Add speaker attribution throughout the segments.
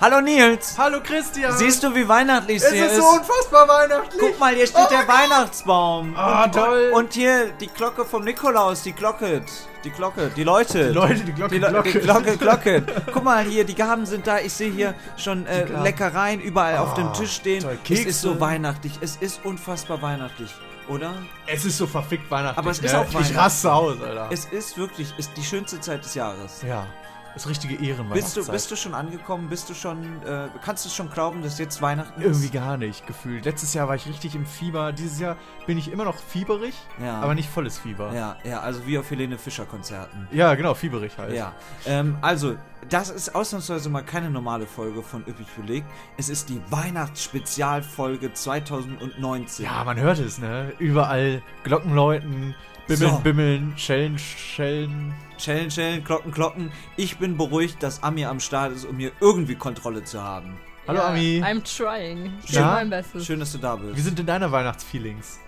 Speaker 1: Hallo Nils.
Speaker 2: Hallo Christian.
Speaker 1: Siehst du, wie weihnachtlich
Speaker 2: es
Speaker 1: sie
Speaker 2: ist
Speaker 1: ist?
Speaker 2: so unfassbar weihnachtlich.
Speaker 1: Guck mal, hier steht
Speaker 2: Oh
Speaker 1: der
Speaker 2: mein
Speaker 1: Weihnachtsbaum.
Speaker 2: Ah, toll.
Speaker 1: Und hier die Glocke vom Nikolaus, die glocket. Die Glocke, die Leute.
Speaker 2: Die Leute, die Glocke,
Speaker 1: die, Lo-
Speaker 2: Glocke.
Speaker 1: die Glocke, Glocke. Guck mal hier, die Gaben sind da. Ich sehe hier schon äh, Leckereien überall auf dem Tisch stehen.
Speaker 2: Ah, toll,
Speaker 1: Es
Speaker 2: Kekse.
Speaker 1: ist so weihnachtlich. Es ist unfassbar weihnachtlich, oder?
Speaker 2: es ist so verfickt weihnachtlich.
Speaker 1: Aber es ist
Speaker 2: ne?
Speaker 1: auch
Speaker 2: Ich
Speaker 1: Weihnachten.
Speaker 2: raste aus, Alter.
Speaker 1: Es ist wirklich ist die schönste Zeit des Jahres.
Speaker 2: ja, ist richtige Ehrenweihnachtszeit.
Speaker 1: Bist du, bist du schon angekommen? Bist du schon, äh, kannst du schon glauben, dass jetzt Weihnachten ist?
Speaker 2: Irgendwie gar nicht gefühlt. Letztes Jahr war ich richtig im Fieber. Dieses Jahr bin ich immer noch fieberig,
Speaker 1: Ja.
Speaker 2: aber nicht volles Fieber.
Speaker 1: Ja, ja, also wie auf Helene Fischer Konzerten.
Speaker 2: Ja, genau, fieberig halt.
Speaker 1: Ja, ähm, also, das ist ausnahmsweise mal keine normale Folge von Üppig belegt. Es ist die Weihnachtsspezialfolge 2019.
Speaker 2: Ja, man hört es, ne? Überall Glocken läuten, bimmeln,
Speaker 1: So.
Speaker 2: bimmeln, schellen, schellen.
Speaker 1: Schellen, schellen, Glocken, Glocken. Ich bin beruhigt, dass Ami am Start ist, um hier irgendwie Kontrolle zu haben.
Speaker 2: Hallo
Speaker 3: Ja,
Speaker 2: Ami.
Speaker 3: I'm trying. Ich
Speaker 2: Na?
Speaker 3: ja? mein Bestes.
Speaker 1: Schön, dass du da
Speaker 2: Wie
Speaker 1: bist.
Speaker 2: sind denn deine Weihnachtsfeelings?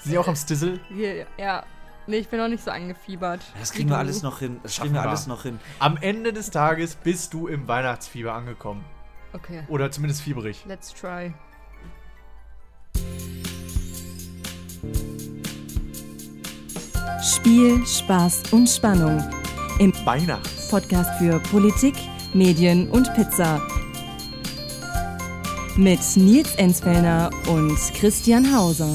Speaker 2: Sind die auch am Stizzle?
Speaker 3: Hier, ja. Nee, ich bin noch nicht so angefiebert.
Speaker 1: Das
Speaker 3: wie
Speaker 1: kriegen wir
Speaker 3: du.
Speaker 1: alles noch hin. Das kriegen
Speaker 2: Schaffen
Speaker 1: wir
Speaker 2: wir.
Speaker 1: alles noch hin.
Speaker 2: Am Ende des Tages bist du im Weihnachtsfieber angekommen.
Speaker 3: Okay.
Speaker 2: Oder zumindest fieberig.
Speaker 3: Let's try.
Speaker 4: Spiel, Spaß und Spannung. Im
Speaker 2: Weihnachts.
Speaker 4: Podcast für Politik, Medien und Pizza. Mit Nils Enzfellner und Christian Hauser.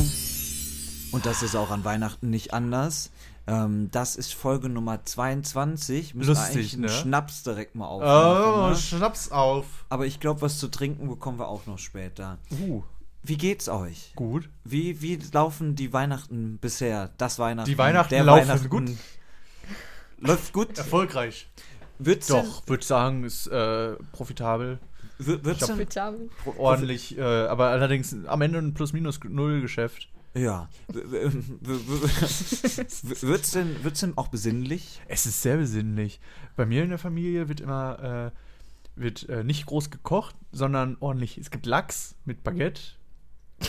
Speaker 1: Und das ist auch an Weihnachten nicht anders. Ähm, das ist Folge Nummer 22. Müssen
Speaker 2: Lustig,
Speaker 1: wir eigentlich einen
Speaker 2: ne?
Speaker 1: Schnaps direkt mal aufmachen.
Speaker 2: Oh,
Speaker 1: ne?
Speaker 2: Schnaps auf.
Speaker 1: Aber ich glaube, was zu trinken bekommen wir auch noch später.
Speaker 2: Uh,
Speaker 1: Wie geht's euch?
Speaker 2: gut.
Speaker 1: Wie, wie laufen die Weihnachten bisher? Das Weihnachten.
Speaker 2: Die Weihnachten
Speaker 1: der
Speaker 2: laufen
Speaker 1: Weihnachten.
Speaker 2: gut.
Speaker 1: Läuft gut.
Speaker 2: Erfolgreich.
Speaker 1: Wird's
Speaker 2: Doch, würde sagen, ist äh, profitabel,
Speaker 1: Denn, wird- wird's denn,
Speaker 3: Bitte.
Speaker 2: pro- ordentlich, äh, aber allerdings am Ende ein Plus-Minus-Null-Geschäft.
Speaker 1: ja. W- w- w- w- wird's denn, wird's denn auch besinnlich?
Speaker 2: Es ist sehr besinnlich. Bei mir in der Familie wird immer äh, wird äh, nicht groß gekocht, sondern ordentlich. Es gibt Lachs mit Baguette.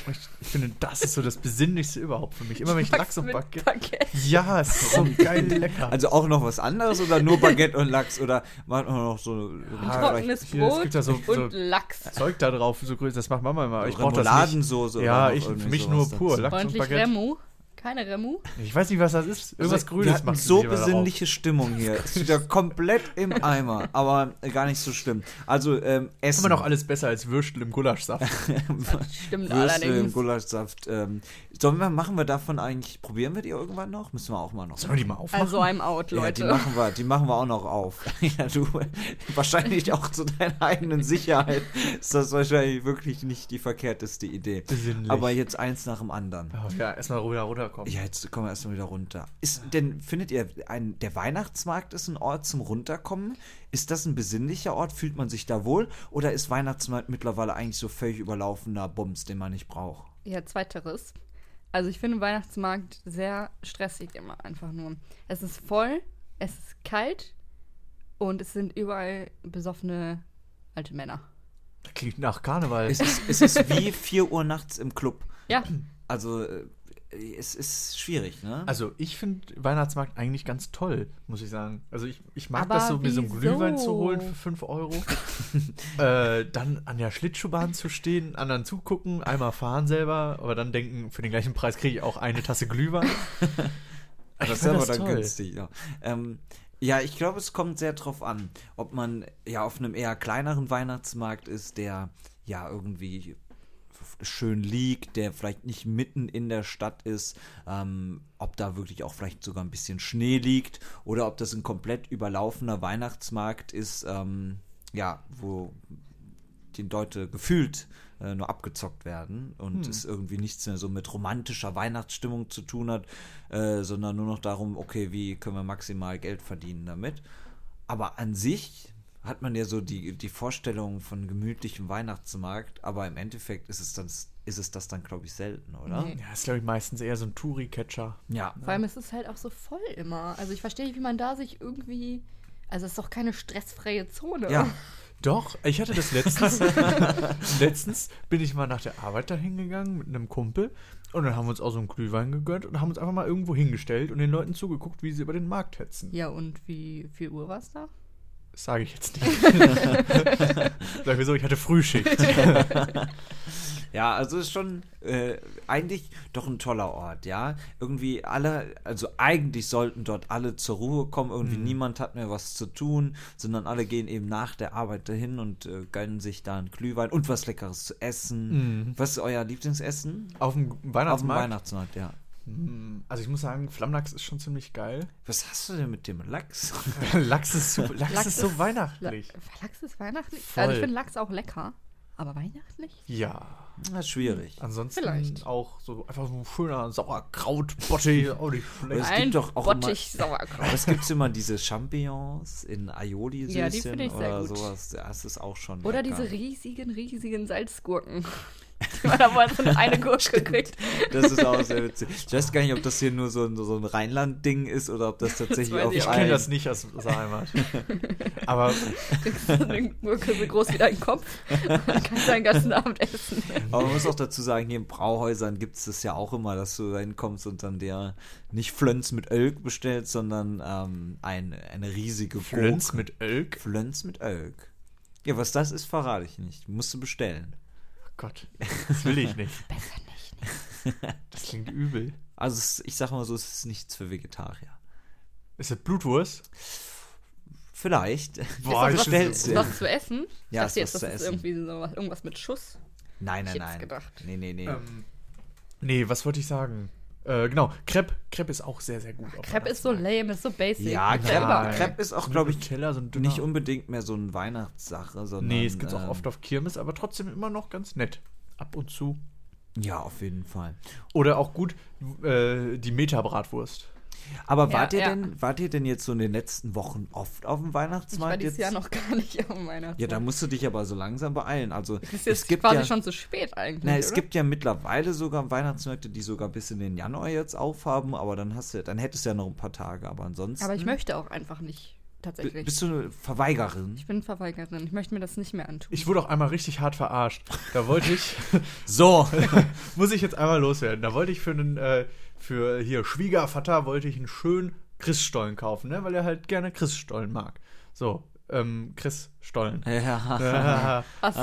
Speaker 2: Und Ich finde, das ist so das Besinnlichste überhaupt für mich. Immer wenn ich Lachs und
Speaker 3: mit
Speaker 2: Baguette.
Speaker 3: Baguette.
Speaker 2: Ja, es ist so geil lecker.
Speaker 1: Also auch noch was anderes oder nur Baguette und Lachs oder man auch noch so
Speaker 3: Trockenes
Speaker 2: hier, es
Speaker 3: Brot
Speaker 2: gibt ja so- so-
Speaker 3: und Lachs.
Speaker 2: Zeug da drauf, so grün, das macht Mama immer. Ich brauche das nicht.
Speaker 1: Remouladensoße
Speaker 2: Ja,
Speaker 1: oder noch
Speaker 2: ich, für
Speaker 1: irgendwie
Speaker 2: mich
Speaker 1: sowas
Speaker 2: nur pur.
Speaker 1: dazu.
Speaker 2: Lachs und
Speaker 3: Freundlich
Speaker 2: Baguette.
Speaker 3: Remu. Keine Remu.
Speaker 2: Ich weiß nicht, was das ist. Irgendwas
Speaker 1: Also, wir
Speaker 2: Grünes
Speaker 1: hatten
Speaker 2: macht
Speaker 1: so
Speaker 2: sie immer drauf.
Speaker 1: besinnliche Stimmung hier. Ist wieder komplett im Eimer, aber äh, gar nicht so schlimm. Also ähm, Essen.
Speaker 2: Immer noch alles besser als Würstel im Gulaschsaft.
Speaker 3: Stimmt
Speaker 1: Würste im
Speaker 3: allerdings.
Speaker 1: Gulaschsaft. Ähm, sollen wir, machen wir davon eigentlich, probieren wir die irgendwann noch? Müssen wir auch mal noch.
Speaker 2: Sollen wir die mal aufmachen?
Speaker 3: Also I'm out,
Speaker 1: Ja,
Speaker 3: Leute.
Speaker 1: die machen wir, die machen wir auch noch auf. ja, du, wahrscheinlich auch zu deiner eigenen Sicherheit ist das wahrscheinlich wirklich nicht die verkehrteste Idee.
Speaker 2: Besinnlich.
Speaker 1: Aber jetzt eins nach dem anderen.
Speaker 2: Oh, ja, erstmal wieder runterkommen.
Speaker 1: Ja, jetzt kommen wir erstmal wieder runter. Ist denn, findet ihr, ein, der Weihnachtsmarkt ist ein Ort zum Runterkommen? Ist das ein besinnlicher Ort? Fühlt man sich da wohl? Oder ist Weihnachtsmarkt mittlerweile eigentlich so völlig überlaufener Bums, den man nicht braucht?
Speaker 3: Ja, zweiteres. Also ich finde Weihnachtsmarkt sehr stressig immer einfach nur. Es ist voll, es ist kalt und es sind überall besoffene alte Männer.
Speaker 2: Klingt nach Karneval.
Speaker 1: Es ist, es ist wie 4 Uhr nachts im Club.
Speaker 3: Ja,
Speaker 1: Also, äh, es ist schwierig, ne?
Speaker 2: Also ich finde Weihnachtsmarkt eigentlich ganz toll, muss ich sagen. Also ich, ich mag
Speaker 3: Aber
Speaker 2: das so, mir so einen
Speaker 3: wieso?
Speaker 2: Glühwein zu holen für 5 Euro. äh, dann an der Schlittschuhbahn zu stehen, anderen zugucken, einmal fahren selber, aber dann denken, für den gleichen Preis kriege ich auch eine Tasse Glühwein. Also, Ich
Speaker 1: das ist
Speaker 2: find
Speaker 1: aber dann günstig, ja. Ähm, ja, ich glaube, es kommt sehr drauf an, ob man ja auf einem eher kleineren Weihnachtsmarkt ist, der ja irgendwie f- schön liegt, der vielleicht nicht mitten in der Stadt ist, ähm, ob da wirklich auch vielleicht sogar ein bisschen Schnee liegt oder ob das ein komplett überlaufener Weihnachtsmarkt ist, ähm, ja, wo die Leute gefühlt äh, nur abgezockt werden und es irgendwie nichts mehr so mit romantischer Weihnachtsstimmung zu tun hat, äh, sondern nur noch darum, okay, wie können wir maximal Geld verdienen damit. Aber an sich hat man ja so die, die Vorstellung von gemütlichem Weihnachtsmarkt, aber im Endeffekt ist es, dann, ist es das dann, glaube ich, selten, oder?
Speaker 3: Nee.
Speaker 2: ne? Ja, ist glaube ich meistens eher so ein Touri-Catcher.
Speaker 1: Ja.
Speaker 3: vor allem es ist halt auch so voll immer. Also ich verstehe nicht, wie man da sich irgendwie... Also es ist doch keine stressfreie Zone.
Speaker 1: Ja,
Speaker 2: Doch, ich hatte das letztens. letztens bin ich mal nach der Arbeit da hingegangen mit einem Kumpel und dann haben wir uns auch so einen Glühwein gegönnt und haben uns einfach mal irgendwo hingestellt und den Leuten zugeguckt, wie sie über den Markt hetzen.
Speaker 3: Ja, und wie viel Uhr war es da?
Speaker 2: Das sage ich jetzt nicht. Sagen wir so, ich hatte Frühschicht.
Speaker 1: Ja, also ist schon äh, eigentlich doch ein toller Ort, ja. Irgendwie alle, also eigentlich sollten dort alle zur Ruhe kommen. Irgendwie
Speaker 3: Mhm.
Speaker 1: niemand hat mehr was zu tun, sondern alle gehen eben nach der Arbeit dahin und äh, gönnen sich da einen Glühwein und was Leckeres zu essen.
Speaker 3: Mhm.
Speaker 1: Was ist euer Lieblingsessen?
Speaker 2: Auf dem
Speaker 1: Auf dem hm.
Speaker 2: Weihnachtsmarkt.
Speaker 1: Weihnachtsmarkt, ja.
Speaker 2: Mm, Also ich muss sagen, Flammlachs ist schon ziemlich geil.
Speaker 1: Was hast du denn mit dem Lachs?
Speaker 2: Lachs ist so, Lachs
Speaker 3: Lachs
Speaker 2: ist so
Speaker 3: ist-
Speaker 2: weihnachtlich.
Speaker 3: La- Lachs ist weihnachtlich.
Speaker 2: Voll.
Speaker 3: Also ich finde Lachs auch lecker, aber weihnachtlich?
Speaker 2: Ja,
Speaker 1: Na, schwierig.
Speaker 3: Mhm.
Speaker 2: ansonsten
Speaker 3: Vielleicht.
Speaker 2: auch so einfach so ein schöner Sauerkrautbottich, auch nicht schlecht.
Speaker 1: Es gibt doch auch immer-
Speaker 3: Bottich Sauerkraut.
Speaker 1: Es gibt immer diese Champignons in aioli
Speaker 3: Ja, die finde ich sehr
Speaker 1: oder
Speaker 3: gut.
Speaker 1: sowas. Das ist auch schon
Speaker 3: Oder
Speaker 1: lecker.
Speaker 3: diese riesigen, riesigen Salzgurken. Die man da wohl so in eine Gurke kriegt.
Speaker 1: Das ist auch sehr witzig. Ich weiß gar nicht, ob das hier nur so ein, so ein Rheinland-Ding ist oder ob das tatsächlich
Speaker 3: weiß
Speaker 1: auf
Speaker 3: ich
Speaker 2: Ich
Speaker 3: auch
Speaker 1: allen-
Speaker 2: kenne das nicht aus aus der Heimat. Aber
Speaker 3: Kriegst du eine Gurke so groß wie dein Kopf und kannst deinen ganzen Abend essen.
Speaker 1: Aber man muss auch dazu sagen, hier in Brauhäusern gibt es das ja auch immer, dass du da hinkommst und dann der nicht Flönz mit Ölk bestellst, sondern ähm, ein, eine riesige Gurke.
Speaker 2: Flönz mit Elk?
Speaker 1: Flönz mit Ölk. Ja, was das ist, verrate ich nicht. Musst du bestellen.
Speaker 2: Oh Gott, das will ich nicht.
Speaker 3: Besser nicht. nicht.
Speaker 2: Das klingt übel.
Speaker 1: Also es, ich sag mal so, es ist nichts für Vegetarier.
Speaker 2: Ist das Blutwurst?
Speaker 1: Vielleicht.
Speaker 2: Boah,
Speaker 1: was
Speaker 2: das
Speaker 1: bestellst
Speaker 2: ist-
Speaker 1: du?
Speaker 3: Was zu essen?
Speaker 1: Ja,
Speaker 3: ich dachte
Speaker 1: es ist
Speaker 3: jetzt,
Speaker 1: was
Speaker 3: das
Speaker 1: zu
Speaker 3: ist
Speaker 1: essen.
Speaker 3: irgendwie so was, irgendwas mit Schuss.
Speaker 1: Nein, nein,
Speaker 3: Ich hätt's
Speaker 1: nein.
Speaker 3: gedacht.
Speaker 1: Nee, nee, nee.
Speaker 2: Ähm, nee, was wollte ich sagen? Äh, genau, Crepe. Crepe ist auch sehr, sehr gut. auf
Speaker 3: Crepe ist so lame, ist so basic.
Speaker 1: ja,
Speaker 3: Gibt's überall.
Speaker 1: Crepe,
Speaker 2: nein.
Speaker 1: Crepe ist auch,
Speaker 2: Weihnachtsmarkt.
Speaker 1: glaube ich,
Speaker 2: Nutella, so ein dünner-
Speaker 1: nicht um- unbedingt mehr so eine Weihnachtssache, sondern.
Speaker 2: genau. Nee, es gibt auch
Speaker 1: ähm,
Speaker 2: oft auf Kirmes, aber trotzdem immer noch ganz nett. Ab und zu.
Speaker 1: Ja, auf jeden Fall.
Speaker 2: Oder auch gut äh, die Meta-Bratwurst.
Speaker 1: Aber
Speaker 3: Ja,
Speaker 1: wart ihr
Speaker 3: ja.
Speaker 1: denn, wart ihr denn jetzt so in den letzten Wochen oft auf dem
Speaker 3: Ich war
Speaker 1: Weihnachtsmarkt?
Speaker 3: dieses
Speaker 1: jetzt?
Speaker 3: Jahr noch gar nicht auf meiner
Speaker 1: ja, da musst du dich aber so langsam beeilen. Also
Speaker 3: ist jetzt
Speaker 1: es gibt
Speaker 3: quasi
Speaker 1: ja,
Speaker 3: schon zu spät eigentlich.
Speaker 1: na, es
Speaker 3: oder?
Speaker 1: gibt ja mittlerweile sogar Weihnachtsmärkte, die sogar bis in den Januar jetzt aufhaben, aber dann hast du, dann hättest du ja noch ein paar Tage. Aber ansonsten
Speaker 3: Aber ich möchte auch einfach nicht,
Speaker 1: b-
Speaker 3: tatsächlich.
Speaker 1: bist du eine Verweigerin.
Speaker 3: ich bin Verweigerin. Ich möchte mir das nicht mehr antun.
Speaker 2: Ich wurde auch einmal richtig hart verarscht. Da wollte ich,
Speaker 1: So,
Speaker 2: muss ich jetzt einmal loswerden. Da wollte ich für einen, äh, für hier Schwiegervater wollte ich einen schönen Christstollen kaufen, ne? weil er halt gerne Christstollen mag. So, ähm, Christstollen.
Speaker 1: ja.
Speaker 2: Äh,
Speaker 3: Hast du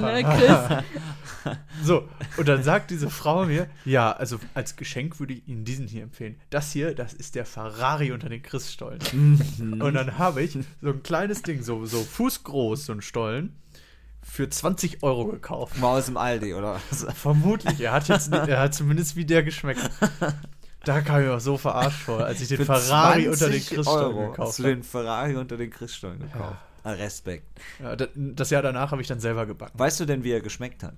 Speaker 3: ne, Chris?
Speaker 2: so, und dann sagt diese Frau mir, ja, also als Geschenk würde ich Ihnen diesen hier empfehlen. Das hier, das ist der Ferrari unter den Christstollen. Und dann habe ich so ein kleines Ding, so, so fußgroß, so ein Stollen, für 20 Euro gekauft.
Speaker 1: mal aus dem Aldi oder was?
Speaker 2: Vermutlich. Er hat jetzt, er hat zumindest wie der geschmeckt. Da kam ich auch so verarscht vor, als ich den Ferrari unter den
Speaker 1: 20
Speaker 2: Christstollen
Speaker 1: Euro
Speaker 2: gekauft
Speaker 1: Hast du
Speaker 2: habe.
Speaker 1: den Ferrari unter den Christstollen gekauft? Ah, Respekt.
Speaker 2: Ja, da- das Jahr danach habe ich dann selber gebacken.
Speaker 1: Weißt du denn, wie er geschmeckt hat?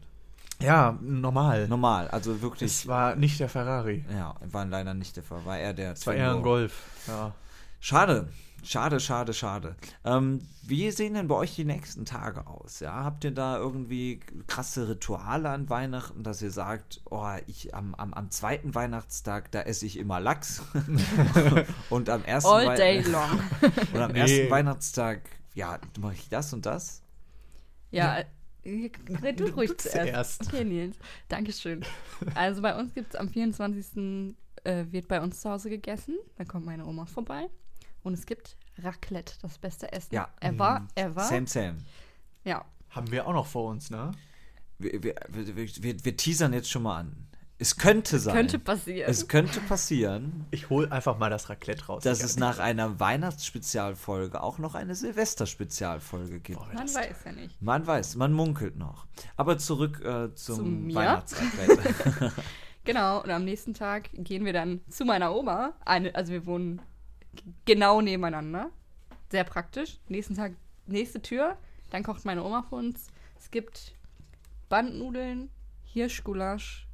Speaker 2: Ja, normal.
Speaker 1: Normal, also wirklich.
Speaker 2: Es war nicht der Ferrari.
Speaker 1: Ja, war leider nicht der Fall. War er der
Speaker 2: Es war eher ein
Speaker 1: Twingo.
Speaker 2: Golf. Ja.
Speaker 1: Schade. Schade, schade, schade. Ähm, wie sehen denn bei euch die nächsten Tage aus? Ja, habt ihr da irgendwie krasse Rituale an Weihnachten, dass ihr sagt, oh, ich am, am, am zweiten Weihnachtstag, da esse ich immer Lachs. und am ersten,
Speaker 3: All
Speaker 1: Wei-
Speaker 3: day long.
Speaker 1: Und am
Speaker 2: Nee.
Speaker 1: ersten Weihnachtstag, ja, mache ich das und das.
Speaker 3: Ja, äh, red du ruhig
Speaker 2: Du
Speaker 3: zuerst.
Speaker 2: zuerst.
Speaker 3: Okay, Nils. Dankeschön. Also bei uns gibt es am 24. Äh, wird bei uns zu Hause gegessen. Dann kommt meine Oma vorbei. Und es gibt Raclette, das beste Essen.
Speaker 1: Ja. Mhm.
Speaker 3: Er war, er war.
Speaker 1: Same, same.
Speaker 3: Ja.
Speaker 2: Haben wir auch noch vor uns, ne?
Speaker 1: Wir, wir, wir, wir, wir teasern jetzt schon mal an. Es könnte sein.
Speaker 3: Könnte passieren.
Speaker 1: es könnte passieren,
Speaker 2: Ich hol einfach mal das Raclette raus.
Speaker 1: dass es nach einer Weihnachtsspezialfolge auch noch eine Silvesterspezialfolge gibt.
Speaker 3: Man weiß ja nicht.
Speaker 1: Man weiß, man munkelt noch. Aber zurück äh,
Speaker 3: Zu
Speaker 1: zum
Speaker 3: mir?
Speaker 1: Weihnachtsraclette.
Speaker 3: Genau, und am nächsten Tag gehen wir dann zu meiner Oma. Eine, also wir wohnen g- genau nebeneinander. Sehr praktisch. Nächsten Tag, nächste Tür, dann kocht meine Oma für uns. Es gibt Bandnudeln, Hirschgulasch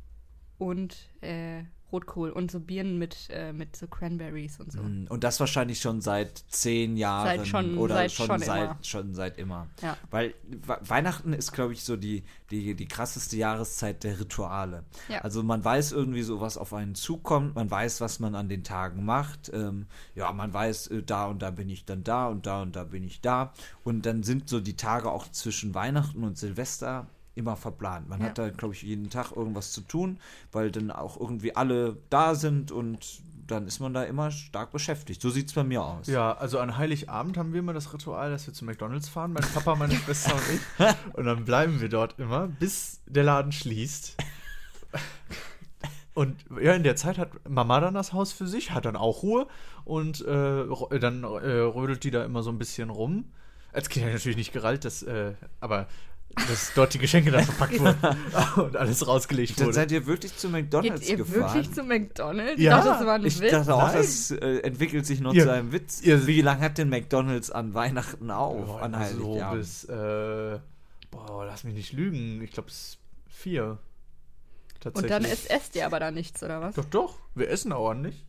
Speaker 3: und äh, Rotkohl und so Birnen mit, äh, mit so Cranberries und so.
Speaker 1: Und das wahrscheinlich schon seit zehn Jahren
Speaker 3: Seit schon-
Speaker 1: oder
Speaker 3: seit
Speaker 1: schon,
Speaker 3: schon
Speaker 1: seit
Speaker 3: immer.
Speaker 1: schon seit immer.
Speaker 3: Ja.
Speaker 1: Weil We- Weihnachten ist, glaube ich, so die, die, die krasseste Jahreszeit der Rituale.
Speaker 3: Ja.
Speaker 1: Also man weiß irgendwie so, was auf einen zukommt, man weiß, was man an den Tagen macht. Ähm, ja, man weiß, äh, da und da bin ich dann da und da und da bin ich da. Und dann sind so die Tage auch zwischen Weihnachten und Silvester immer verplant. Man
Speaker 3: Ja.
Speaker 1: hat da, glaube ich, jeden Tag irgendwas zu tun, weil dann auch irgendwie alle da sind und dann ist man da immer stark beschäftigt. So sieht es bei mir aus.
Speaker 2: Ja, also an Heiligabend haben wir immer das Ritual, dass wir zu McDonalds fahren, mein Papa, meine Schwester und ich. Und dann bleiben wir dort immer, bis der Laden schließt. Und ja, in der Zeit hat Mama dann das Haus für sich, hat dann auch Ruhe und äh, ro- dann äh, rödelt die da immer so ein bisschen rum. Als Kind habe ich natürlich nicht gerallt, dass, äh, aber dass dort die Geschenke dann verpackt wurden und alles rausgelegt
Speaker 1: Dann
Speaker 2: wurde.
Speaker 1: seid ihr wirklich zu
Speaker 3: Geht
Speaker 1: McDonalds
Speaker 3: ihr
Speaker 1: gefahren?
Speaker 3: wirklich zu McDonalds?
Speaker 2: Ja,
Speaker 3: ich dachte, das war ein
Speaker 1: ich
Speaker 3: Witz.
Speaker 1: dachte auch,
Speaker 2: Nein.
Speaker 1: das äh, entwickelt sich noch
Speaker 2: Ihr-
Speaker 1: zu einem Witz.
Speaker 2: ihr-
Speaker 1: Wie lange hat denn McDonalds an Weihnachten auf?
Speaker 2: Boah,
Speaker 1: an
Speaker 2: immer so
Speaker 1: Heiligabend?
Speaker 2: bis, äh, boah, lass mich nicht lügen. Ich glaube, es ist vier.
Speaker 3: Und
Speaker 2: Tatsächlich.
Speaker 3: dann ist, esst ihr aber da nichts, oder was?
Speaker 2: Doch, doch. Wir essen auch ordentlich.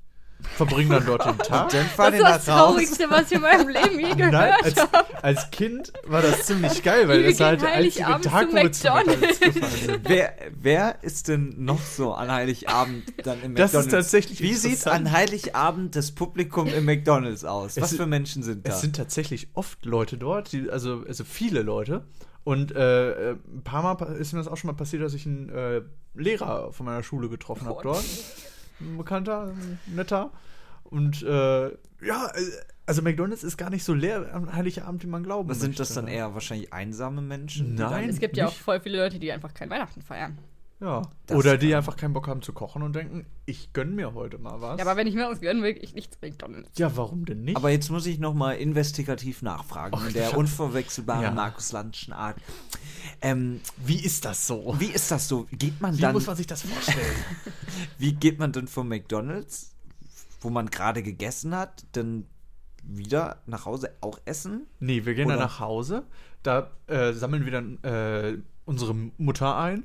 Speaker 2: Verbringen dann dort den Tag.
Speaker 1: Dann fahr
Speaker 3: Das
Speaker 1: den
Speaker 3: ist das
Speaker 1: nach raus.
Speaker 3: Traurigste, was ich in meinem Leben je gehört
Speaker 2: Nein,
Speaker 3: habe.
Speaker 2: als, als Kind war das ziemlich geil, weil
Speaker 3: Wir
Speaker 2: das war halt
Speaker 3: gehen
Speaker 2: der einzige
Speaker 3: Heiligabend
Speaker 2: Tag,
Speaker 3: zu
Speaker 2: wo wir zu McDonalds
Speaker 3: McDonald's.
Speaker 2: gefahren sind.
Speaker 1: Wer, wer ist denn noch so an Heiligabend dann im
Speaker 2: Das
Speaker 1: McDonalds?
Speaker 2: ist tatsächlich
Speaker 1: Wie sieht
Speaker 2: interessant.
Speaker 1: an Heiligabend das Publikum im McDonalds aus?
Speaker 2: Es
Speaker 1: Was
Speaker 2: sind-
Speaker 1: für Menschen sind da?
Speaker 2: Es sind tatsächlich oft Leute dort, die, also, also viele Leute. Und äh, äh, ein paar Mal pa- ist mir das auch schon mal passiert, dass ich einen äh, Lehrer von meiner Schule getroffen habe
Speaker 3: Gott.
Speaker 2: dort. Ein bekannter, ein netter. Und äh, ja, äh, also McDonalds ist gar nicht so leer am Heiligabend, wie man glauben
Speaker 1: Was sind das
Speaker 2: möchte,
Speaker 1: dann
Speaker 2: ne?
Speaker 1: eher wahrscheinlich einsame Menschen? die
Speaker 2: Nein.
Speaker 3: es gibt ja auch
Speaker 2: nicht.
Speaker 3: voll viele Leute, die einfach kein Weihnachten feiern.
Speaker 2: Ja.
Speaker 1: Das
Speaker 2: Oder die
Speaker 1: kann-
Speaker 2: einfach keinen Bock haben zu kochen und denken, ich gönn mir heute mal was.
Speaker 3: Ja, aber wenn ich mir was gönnen will, ich nicht zu McDonalds.
Speaker 2: Ja, warum denn nicht?
Speaker 1: Dann, aber jetzt muss ich nochmal investigativ nachfragen, in der unverwechselbaren
Speaker 2: Ja.
Speaker 1: Markus Landschen Art. Ähm,
Speaker 2: wie ist das so?
Speaker 1: wie ist das so? Geht man
Speaker 2: Wie
Speaker 1: dann
Speaker 2: muss man sich das vorstellen?
Speaker 1: Wie geht man denn von McDonalds, wo man gerade gegessen hat, dann wieder nach Hause auch essen?
Speaker 2: Nee, wir gehen dann
Speaker 1: Oder-
Speaker 2: nach Hause. Da äh, sammeln wir dann äh, unsere Mutter ein.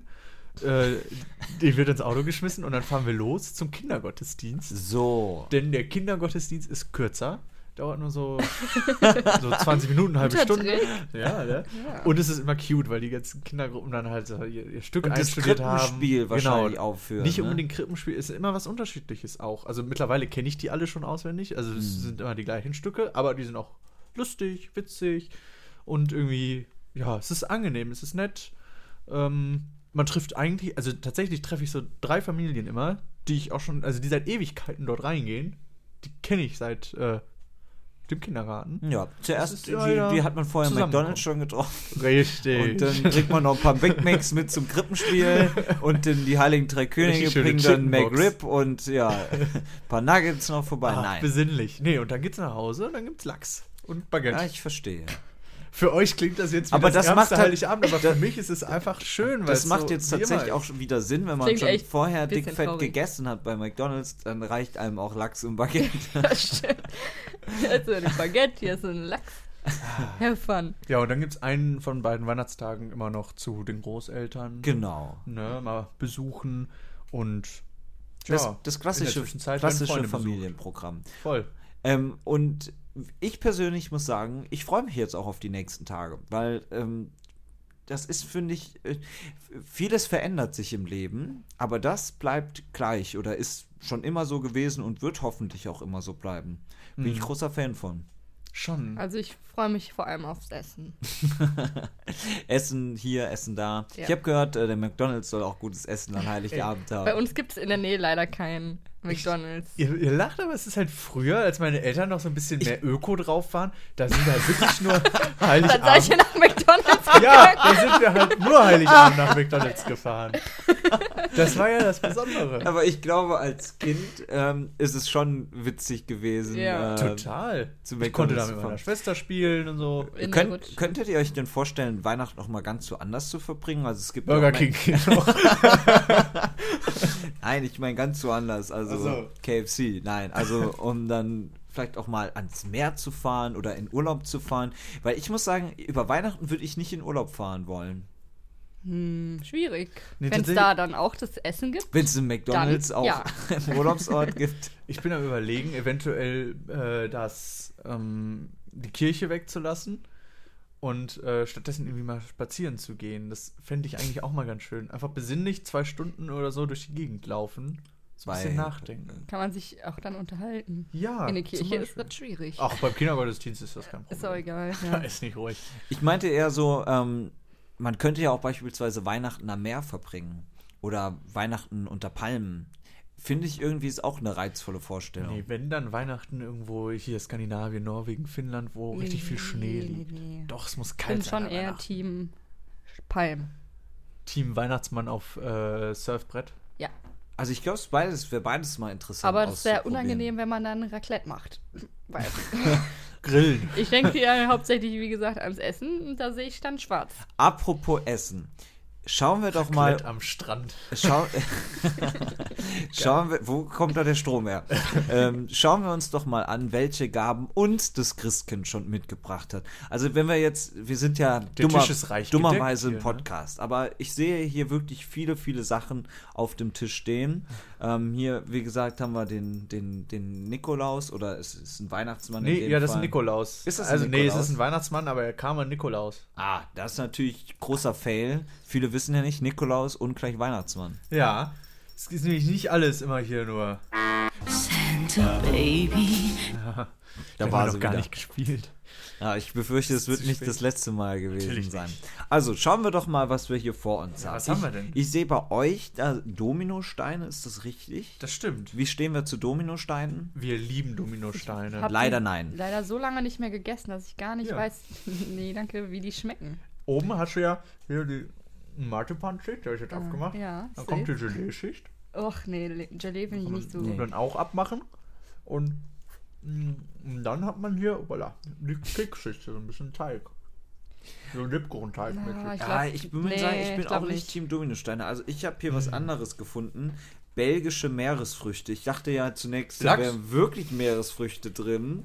Speaker 2: Äh, die wird ins Auto geschmissen und dann fahren wir los zum Kindergottesdienst.
Speaker 1: So.
Speaker 2: Denn der Kindergottesdienst ist kürzer. Dauert nur so, so 20 Minuten, halbe
Speaker 3: Guter
Speaker 2: Stunde.
Speaker 3: Trick.
Speaker 2: Ja, ne? Und es ist immer cute, weil die ganzen Kindergruppen dann halt so ihr, ihr Stück
Speaker 1: Und das
Speaker 2: einstudiert haben. Genau.
Speaker 1: Krippenspiel wahrscheinlich aufführen,
Speaker 2: Nicht
Speaker 1: ne?
Speaker 2: unbedingt Krippenspiel, ist immer was Unterschiedliches auch. Also mittlerweile kenne ich die alle schon auswendig. Also
Speaker 1: Hm.
Speaker 2: es sind immer die gleichen Stücke, aber die sind auch lustig, witzig und irgendwie, ja, es ist angenehm, es ist nett. Ähm, man trifft eigentlich, also tatsächlich treffe ich so drei Familien immer, die ich auch schon, also die seit Ewigkeiten dort reingehen. Die kenne ich seit äh, dem Kindergarten.
Speaker 1: Ja, zuerst,
Speaker 2: Das ist
Speaker 1: die,
Speaker 2: ja, ja, Äh.
Speaker 1: die hat man vorher
Speaker 2: zusammenkommen.
Speaker 1: McDonalds schon getroffen.
Speaker 2: Richtig.
Speaker 1: Und dann kriegt man noch ein paar Big Macs mit zum Krippenspiel. Und dann die Heiligen Drei Könige
Speaker 2: Richtig schöne
Speaker 1: bringen dann
Speaker 2: Chickenbox.
Speaker 1: McRib und ja, ein paar Nuggets noch vorbei.
Speaker 2: Ach,
Speaker 1: Nein.
Speaker 2: Äh, besinnlich. Nee, und dann geht's nach Hause und dann gibt's Lachs und Baguette.
Speaker 1: Ja, ich verstehe.
Speaker 2: Für euch klingt das jetzt wie
Speaker 1: Aber das macht
Speaker 2: ärmste
Speaker 1: halt-
Speaker 2: Heiligabend, aber für mich ist es einfach schön, weil
Speaker 1: Das
Speaker 2: es
Speaker 1: macht
Speaker 2: so
Speaker 1: jetzt
Speaker 2: wie immer
Speaker 1: tatsächlich
Speaker 2: ist.
Speaker 1: auch schon wieder Sinn, wenn man
Speaker 3: Klingt
Speaker 1: schon
Speaker 3: echt
Speaker 1: vorher
Speaker 3: ein
Speaker 1: dick
Speaker 3: bisschen
Speaker 1: fett
Speaker 3: traurig.
Speaker 1: gegessen hat bei McDonalds, dann reicht einem auch Lachs und Baguette.
Speaker 3: Das stimmt. Hier ist so eine Baguette, hier ist so ein Lachs.
Speaker 2: Ah.
Speaker 3: Have fun.
Speaker 2: Ja, und dann gibt's einen von beiden Weihnachtstagen immer noch zu den Großeltern.
Speaker 1: genau.
Speaker 2: Ne, mal besuchen und
Speaker 1: Das,
Speaker 2: ja,
Speaker 1: das klassische,
Speaker 2: in der Zwischenzeit werden
Speaker 1: klassische
Speaker 2: Freunde besucht.
Speaker 1: Familienprogramm.
Speaker 2: Voll.
Speaker 1: Ähm, und ich persönlich muss sagen, ich freue mich jetzt auch auf die nächsten Tage, weil ähm, das ist, finde ich, äh, vieles verändert sich im Leben, aber das bleibt gleich oder ist schon immer so gewesen und wird hoffentlich auch immer so bleiben. Bin
Speaker 2: Mhm.
Speaker 1: ich großer Fan von.
Speaker 2: Schon.
Speaker 3: Also ich freue mich vor allem aufs Essen.
Speaker 1: Essen hier, Essen da.
Speaker 3: Ja.
Speaker 1: Ich habe gehört, äh, der McDonalds soll auch gutes Essen an Heiligabend haben.
Speaker 3: Bei uns gibt es in der Nähe leider keinen McDonalds.
Speaker 2: Ihr, ihr lacht, aber es ist halt früher, als meine Eltern noch so ein bisschen mehr Öko drauf waren, da sind halt wirklich nur
Speaker 3: Dann sag ich
Speaker 2: Heiligabend
Speaker 3: ja nach McDonalds.
Speaker 2: Ja, da sind wir halt nur Heiligabend nach McDonalds gefahren. Das war ja das Besondere.
Speaker 1: aber ich glaube, als Kind ähm, ist es schon witzig gewesen.
Speaker 3: Ja.
Speaker 1: äh,
Speaker 2: Ähm, Total.
Speaker 1: zu
Speaker 2: Ich konnte da
Speaker 1: McDonald's
Speaker 2: mit
Speaker 1: fahren.
Speaker 2: meiner Schwester spielen und so.
Speaker 3: In der
Speaker 1: Könnt,
Speaker 3: Rutsche.
Speaker 1: könntet ihr euch denn vorstellen, Weihnachten noch mal ganz so anders zu verbringen? Also es gibt ja
Speaker 2: Burger
Speaker 1: auch mein-
Speaker 2: King noch.
Speaker 1: Nein, ich meine ganz so anders. Also
Speaker 2: Ach so.
Speaker 1: KFC, nein. Also um dann vielleicht auch mal ans Meer zu fahren oder in Urlaub zu fahren. Weil ich muss sagen, über Weihnachten würde ich nicht in Urlaub fahren wollen.
Speaker 3: Hm, schwierig.
Speaker 2: Nee,
Speaker 3: Wenn es
Speaker 2: tatsächlich-
Speaker 3: da dann auch das Essen gibt.
Speaker 1: Wenn es einen McDonalds
Speaker 3: Dann,
Speaker 1: auch
Speaker 3: ja.
Speaker 1: im Urlaubsort gibt.
Speaker 2: Ich bin am überlegen, eventuell äh, das, ähm, die Kirche wegzulassen und äh, stattdessen irgendwie mal spazieren zu gehen. Das fände ich eigentlich auch mal ganz schön. Einfach besinnlich zwei Stunden oder so durch die Gegend laufen. So ein bisschen
Speaker 1: Weil-
Speaker 2: nachdenken.
Speaker 3: Kann man sich auch dann unterhalten.
Speaker 2: Ja.
Speaker 3: in der
Speaker 2: zum
Speaker 3: Kirche ist
Speaker 2: Beispiel.
Speaker 3: das schwierig.
Speaker 2: Auch beim Kindergottesdienst ist das kein Problem.
Speaker 3: Ist auch egal.
Speaker 2: Da
Speaker 3: Ja.
Speaker 2: ist nicht ruhig.
Speaker 1: Ich meinte eher so, ähm, man könnte ja auch beispielsweise Weihnachten am Meer verbringen oder Weihnachten unter Palmen. Finde ich irgendwie ist auch eine reizvolle Vorstellung.
Speaker 2: Nee, wenn dann Weihnachten irgendwo hier Skandinavien, Norwegen, Finnland, wo
Speaker 3: Nee,
Speaker 2: richtig viel
Speaker 3: nee,
Speaker 2: Schnee
Speaker 3: nee,
Speaker 2: liegt.
Speaker 3: nee.
Speaker 2: Doch, es muss
Speaker 3: Ich
Speaker 2: kalt
Speaker 3: bin
Speaker 2: sein.
Speaker 3: schon
Speaker 2: an
Speaker 3: eher
Speaker 2: Weihnachten.
Speaker 3: Team Palm.
Speaker 2: Team Weihnachtsmann auf äh, Surfbrett.
Speaker 3: Ja.
Speaker 1: Also ich glaube, es beides wäre beides mal interessant.
Speaker 3: Aber das ist sehr
Speaker 1: auszuprobieren.
Speaker 3: unangenehm, wenn man dann Raclette macht. Weil
Speaker 2: Grillen.
Speaker 3: ich denke ja hauptsächlich, wie gesagt, ans Essen und da sehe ich dann schwarz.
Speaker 1: Apropos Essen. Schauen wir doch mal.
Speaker 2: Raclette am Strand.
Speaker 1: Schau, schauen wir, wo kommt da der Strom her? ähm, schauen wir uns doch mal an, welche Gaben uns das Christkind schon mitgebracht hat. Also wenn wir jetzt, wir sind ja dummer,
Speaker 2: Tisch ist reich
Speaker 1: dummerweise
Speaker 2: gedeckt
Speaker 1: im
Speaker 2: hier, ne?
Speaker 1: Podcast, aber ich sehe hier wirklich viele, viele Sachen auf dem Tisch stehen. Ähm, hier, wie gesagt, haben wir den, den, den Nikolaus oder es ist ein Weihnachtsmann. in
Speaker 2: Nee,
Speaker 1: dem
Speaker 2: ja, das ist
Speaker 1: Fall.
Speaker 2: ein Nikolaus.
Speaker 1: Ist das ein
Speaker 2: also, nee, es
Speaker 1: Nikolaus?
Speaker 2: ist ein Weihnachtsmann, aber er kam an Nikolaus.
Speaker 1: Ah, das ist natürlich großer Fail. Viele wissen ja nicht, Nikolaus und gleich Weihnachtsmann.
Speaker 2: Ja. Es ist nämlich nicht alles immer hier nur.
Speaker 4: Santa Baby.
Speaker 1: Da
Speaker 2: Den
Speaker 1: war
Speaker 2: haben wir
Speaker 1: sie
Speaker 2: noch gar
Speaker 1: wieder.
Speaker 2: nicht gespielt.
Speaker 1: Ja, ich befürchte, es
Speaker 2: Ist
Speaker 1: wird
Speaker 2: zu
Speaker 1: nicht
Speaker 2: spät.
Speaker 1: das letzte Mal gewesen
Speaker 2: Natürlich
Speaker 1: sein.
Speaker 2: nicht.
Speaker 1: Also schauen wir doch mal, was wir hier vor uns haben.
Speaker 2: was
Speaker 1: ich,
Speaker 2: haben wir denn?
Speaker 1: Ich sehe bei euch da Dominosteine, ist das richtig?
Speaker 2: Das stimmt.
Speaker 1: Wie stehen wir zu Dominosteinen?
Speaker 2: Wir lieben Dominosteine.
Speaker 3: Hab
Speaker 1: Leider
Speaker 3: die
Speaker 1: nein.
Speaker 3: Äh, Leider so lange nicht mehr gegessen, dass ich gar nicht
Speaker 2: Ja.
Speaker 3: weiß, nee, danke, wie die schmecken.
Speaker 2: Oben hast du ja hier die Marzipanschicht, die habe ich jetzt abgemacht.
Speaker 3: ja,
Speaker 2: dann
Speaker 3: safe.
Speaker 2: kommt die Gelee-Schicht.
Speaker 3: Och nee, Le- Gelee finde ich nicht so.
Speaker 1: Nee.
Speaker 2: Und dann auch abmachen. Und, mm, und dann hat man hier, voilà, die Kekschicht, so ein bisschen Teig. So ein Lebkuchenteig.
Speaker 3: Na,
Speaker 2: mäßig.
Speaker 3: Ah, ich
Speaker 1: Ja,
Speaker 3: glaub,
Speaker 1: ich bin,
Speaker 3: nee,
Speaker 1: sagen, ich bin
Speaker 3: ich
Speaker 1: auch
Speaker 3: glaub Hm.
Speaker 1: nicht Team Dominosteine. Also ich habe hier was anderes gefunden. Belgische Meeresfrüchte. Ich dachte ja zunächst, da
Speaker 2: Lachs?
Speaker 1: wären wirklich Meeresfrüchte drin.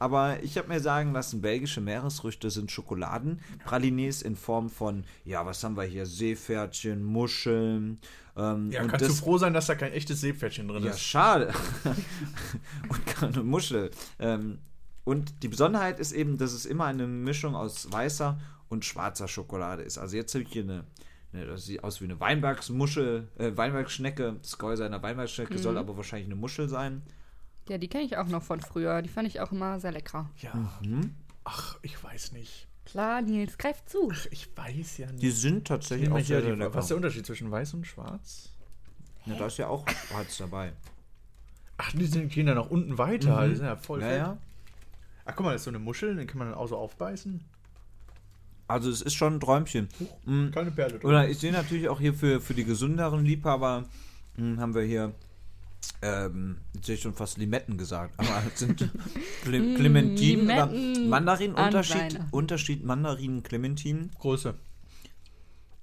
Speaker 1: Aber ich habe mir sagen lassen, belgische Meeresfrüchte sind Schokoladen, Pralines in Form von, ja, was haben wir hier? Seepferdchen, Muscheln. Ähm,
Speaker 2: Ja,
Speaker 1: und
Speaker 2: kannst
Speaker 1: das,
Speaker 2: du froh sein, dass da kein echtes Seepferdchen drin
Speaker 1: Ja,
Speaker 2: ist.
Speaker 1: schade. und keine Muschel. Ähm, und die Besonderheit ist eben, dass es immer eine Mischung aus weißer und schwarzer Schokolade ist. Also jetzt habe ich hier eine, eine, das sieht aus wie eine Weinbergsmuschel, äh, Weinbergsschnecke. Das Gehäuse einer Weinbergsschnecke soll aber wahrscheinlich eine Muschel sein.
Speaker 3: Ja, die kenne ich auch noch von früher. Die fand ich auch immer sehr lecker.
Speaker 2: Ja.
Speaker 1: mhm.
Speaker 2: Ach, ich weiß nicht.
Speaker 3: Klar, Nils, greif zu.
Speaker 2: Ich weiß ja
Speaker 1: Die
Speaker 2: nicht.
Speaker 1: sind tatsächlich
Speaker 2: Nimm
Speaker 1: auch
Speaker 2: mir hier
Speaker 1: sehr, sehr
Speaker 2: die-
Speaker 1: lecker.
Speaker 2: Was ist der Unterschied zwischen weiß und schwarz?
Speaker 1: Ja, da ist ja auch Harz dabei.
Speaker 2: Ach, die sind, gehen dann nach unten weiter. Die sind ja voll
Speaker 1: Mhm. Ja,
Speaker 2: fett.
Speaker 1: ja.
Speaker 2: Ach, guck mal, das ist so eine Muschel, den kann man dann auch so aufbeißen.
Speaker 1: Also es ist schon ein Träumchen.
Speaker 2: Keine Perle drin.
Speaker 1: Mhm. Oder ich sehe natürlich auch hier für, für die gesünderen Liebhaber hm, haben wir hier, ähm, jetzt hätte ich schon fast Limetten gesagt, aber es sind Cle Clementinen oder
Speaker 3: Hm, Limetten
Speaker 1: Mandarinen,
Speaker 3: an
Speaker 1: Unterschied,
Speaker 3: Weihnachten.
Speaker 1: Unterschied Mandarinen, Clementinen.
Speaker 2: Größe.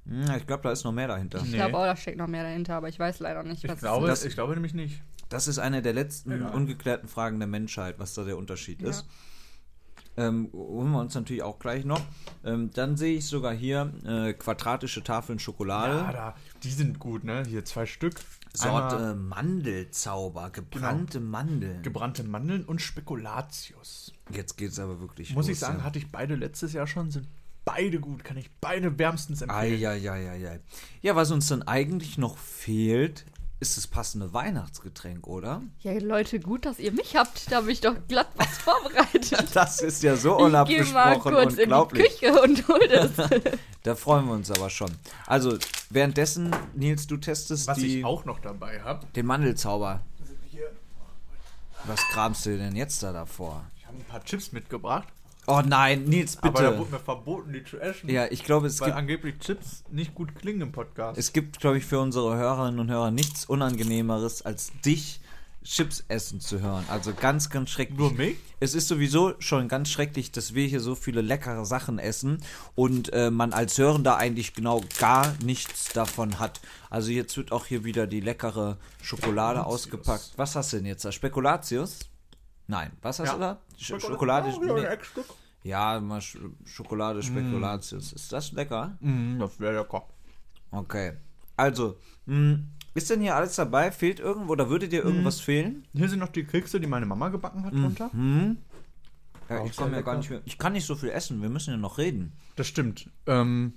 Speaker 1: Hm, ich glaube, da ist noch mehr dahinter.
Speaker 3: Ich
Speaker 2: Nee.
Speaker 3: glaube auch, da steckt noch mehr dahinter, aber ich weiß leider nicht,
Speaker 2: Ich
Speaker 3: was
Speaker 2: glaube,
Speaker 1: das?
Speaker 2: ich glaube nämlich nicht.
Speaker 1: Das ist eine der letzten
Speaker 2: Egal.
Speaker 1: ungeklärten Fragen der Menschheit, was da der Unterschied
Speaker 3: Ja.
Speaker 1: ist. Ähm, holen wir uns natürlich auch gleich noch. Ähm, dann sehe ich sogar hier äh, quadratische Tafeln Schokolade.
Speaker 2: Ja, da, die sind gut, ne? Hier zwei Stück. Einmal Genau.
Speaker 1: Sorte Mandelzauber, gebrannte Mandeln.
Speaker 2: gebrannte Mandeln und Spekulatius.
Speaker 1: Jetzt geht's aber wirklich
Speaker 2: Muss
Speaker 1: los,
Speaker 2: ich sagen,
Speaker 1: ja.
Speaker 2: hatte ich beide letztes Jahr schon, sind beide gut, kann ich beide wärmstens
Speaker 1: Ah,
Speaker 2: empfehlen.
Speaker 1: Eieieiei. Ja, was uns dann eigentlich noch fehlt, ist das passende Weihnachtsgetränk, oder?
Speaker 3: ist. Ja, Leute, gut, dass ihr mich habt. Da habe ich doch glatt was vorbereitet.
Speaker 1: Das ist ja so
Speaker 3: ich gehe mal
Speaker 1: unabgesprochen
Speaker 3: kurz in die
Speaker 1: unglaublich.
Speaker 3: Küche und hol das.
Speaker 1: Da freuen wir uns aber schon. Also, währenddessen, Nils, du testest
Speaker 2: Was
Speaker 1: die,
Speaker 2: ich auch noch dabei habe,
Speaker 1: den Mandelzauber.
Speaker 2: hier,
Speaker 1: Was kramst du denn jetzt da davor?
Speaker 2: ich habe ein paar Chips mitgebracht,
Speaker 1: Oh nein, Nils,
Speaker 2: aber da wurde
Speaker 1: bitte.
Speaker 2: mir verboten, die zu essen.
Speaker 1: Ja, ich glaube, es
Speaker 2: weil
Speaker 1: gibt,
Speaker 2: angeblich Chips nicht gut klingen im Podcast.
Speaker 1: es gibt, glaube ich, für unsere Hörerinnen und Hörer nichts Unangenehmeres, als dich Chips essen zu hören. Also ganz, ganz schrecklich.
Speaker 2: Nur mich?
Speaker 1: Es ist sowieso schon ganz schrecklich, dass wir hier so viele leckere Sachen essen und äh, man als Hörender eigentlich genau gar nichts davon hat. Also jetzt wird auch hier wieder die leckere Schokolade ausgepackt. Was hast du denn jetzt da? Spekulatius? Nein. Was hast
Speaker 2: Ja.
Speaker 1: du da? Sch Schokolade?
Speaker 2: Oh, ja, Mm. ein
Speaker 1: nee.
Speaker 2: Eckstück.
Speaker 1: Ja, mal Sch Schokolade, Spekulatius. Ist Mhm, das lecker?
Speaker 2: Mm, das wäre lecker.
Speaker 1: Okay. Also, mh, ist denn hier alles dabei? Fehlt irgendwo oder würde dir irgendwas
Speaker 2: Hm.
Speaker 1: fehlen?
Speaker 2: Hier sind noch die Kekse, die meine Mama gebacken
Speaker 1: Mhm.
Speaker 2: hat drunter.
Speaker 1: Ja,
Speaker 2: Auch
Speaker 1: ich
Speaker 2: sehr
Speaker 1: komme ja gar
Speaker 2: lecker.
Speaker 1: nicht mehr. Ich kann nicht so viel essen. Wir müssen ja noch reden.
Speaker 2: Das stimmt. Ähm,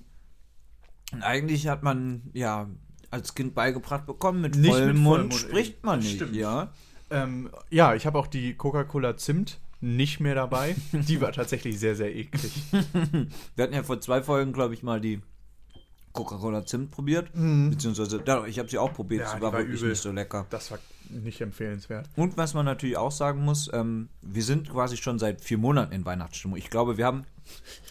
Speaker 1: Und eigentlich hat man ja als Kind beigebracht bekommen, mit
Speaker 2: Nicht mit
Speaker 1: vollem Mund
Speaker 2: vollem Mund
Speaker 1: spricht
Speaker 2: eben.
Speaker 1: man
Speaker 2: Das
Speaker 1: nicht,
Speaker 2: stimmt.
Speaker 1: ja.
Speaker 2: ähm, ja, ich habe auch die Coca-Cola Zimt nicht mehr dabei. Die war tatsächlich sehr, sehr eklig.
Speaker 1: Wir hatten ja vor zwei Folgen, glaube ich, mal die Coca-Cola Zimt probiert, beziehungsweise ja, ich habe sie auch probiert,
Speaker 2: Mhm. Ja,
Speaker 1: sie
Speaker 2: die
Speaker 1: war,
Speaker 2: war
Speaker 1: wirklich
Speaker 2: übel.
Speaker 1: nicht so lecker.
Speaker 2: Das war nicht empfehlenswert.
Speaker 1: Und was man natürlich auch sagen muss, ähm, wir sind quasi schon seit vier Monaten in Weihnachtsstimmung. Ich glaube, wir haben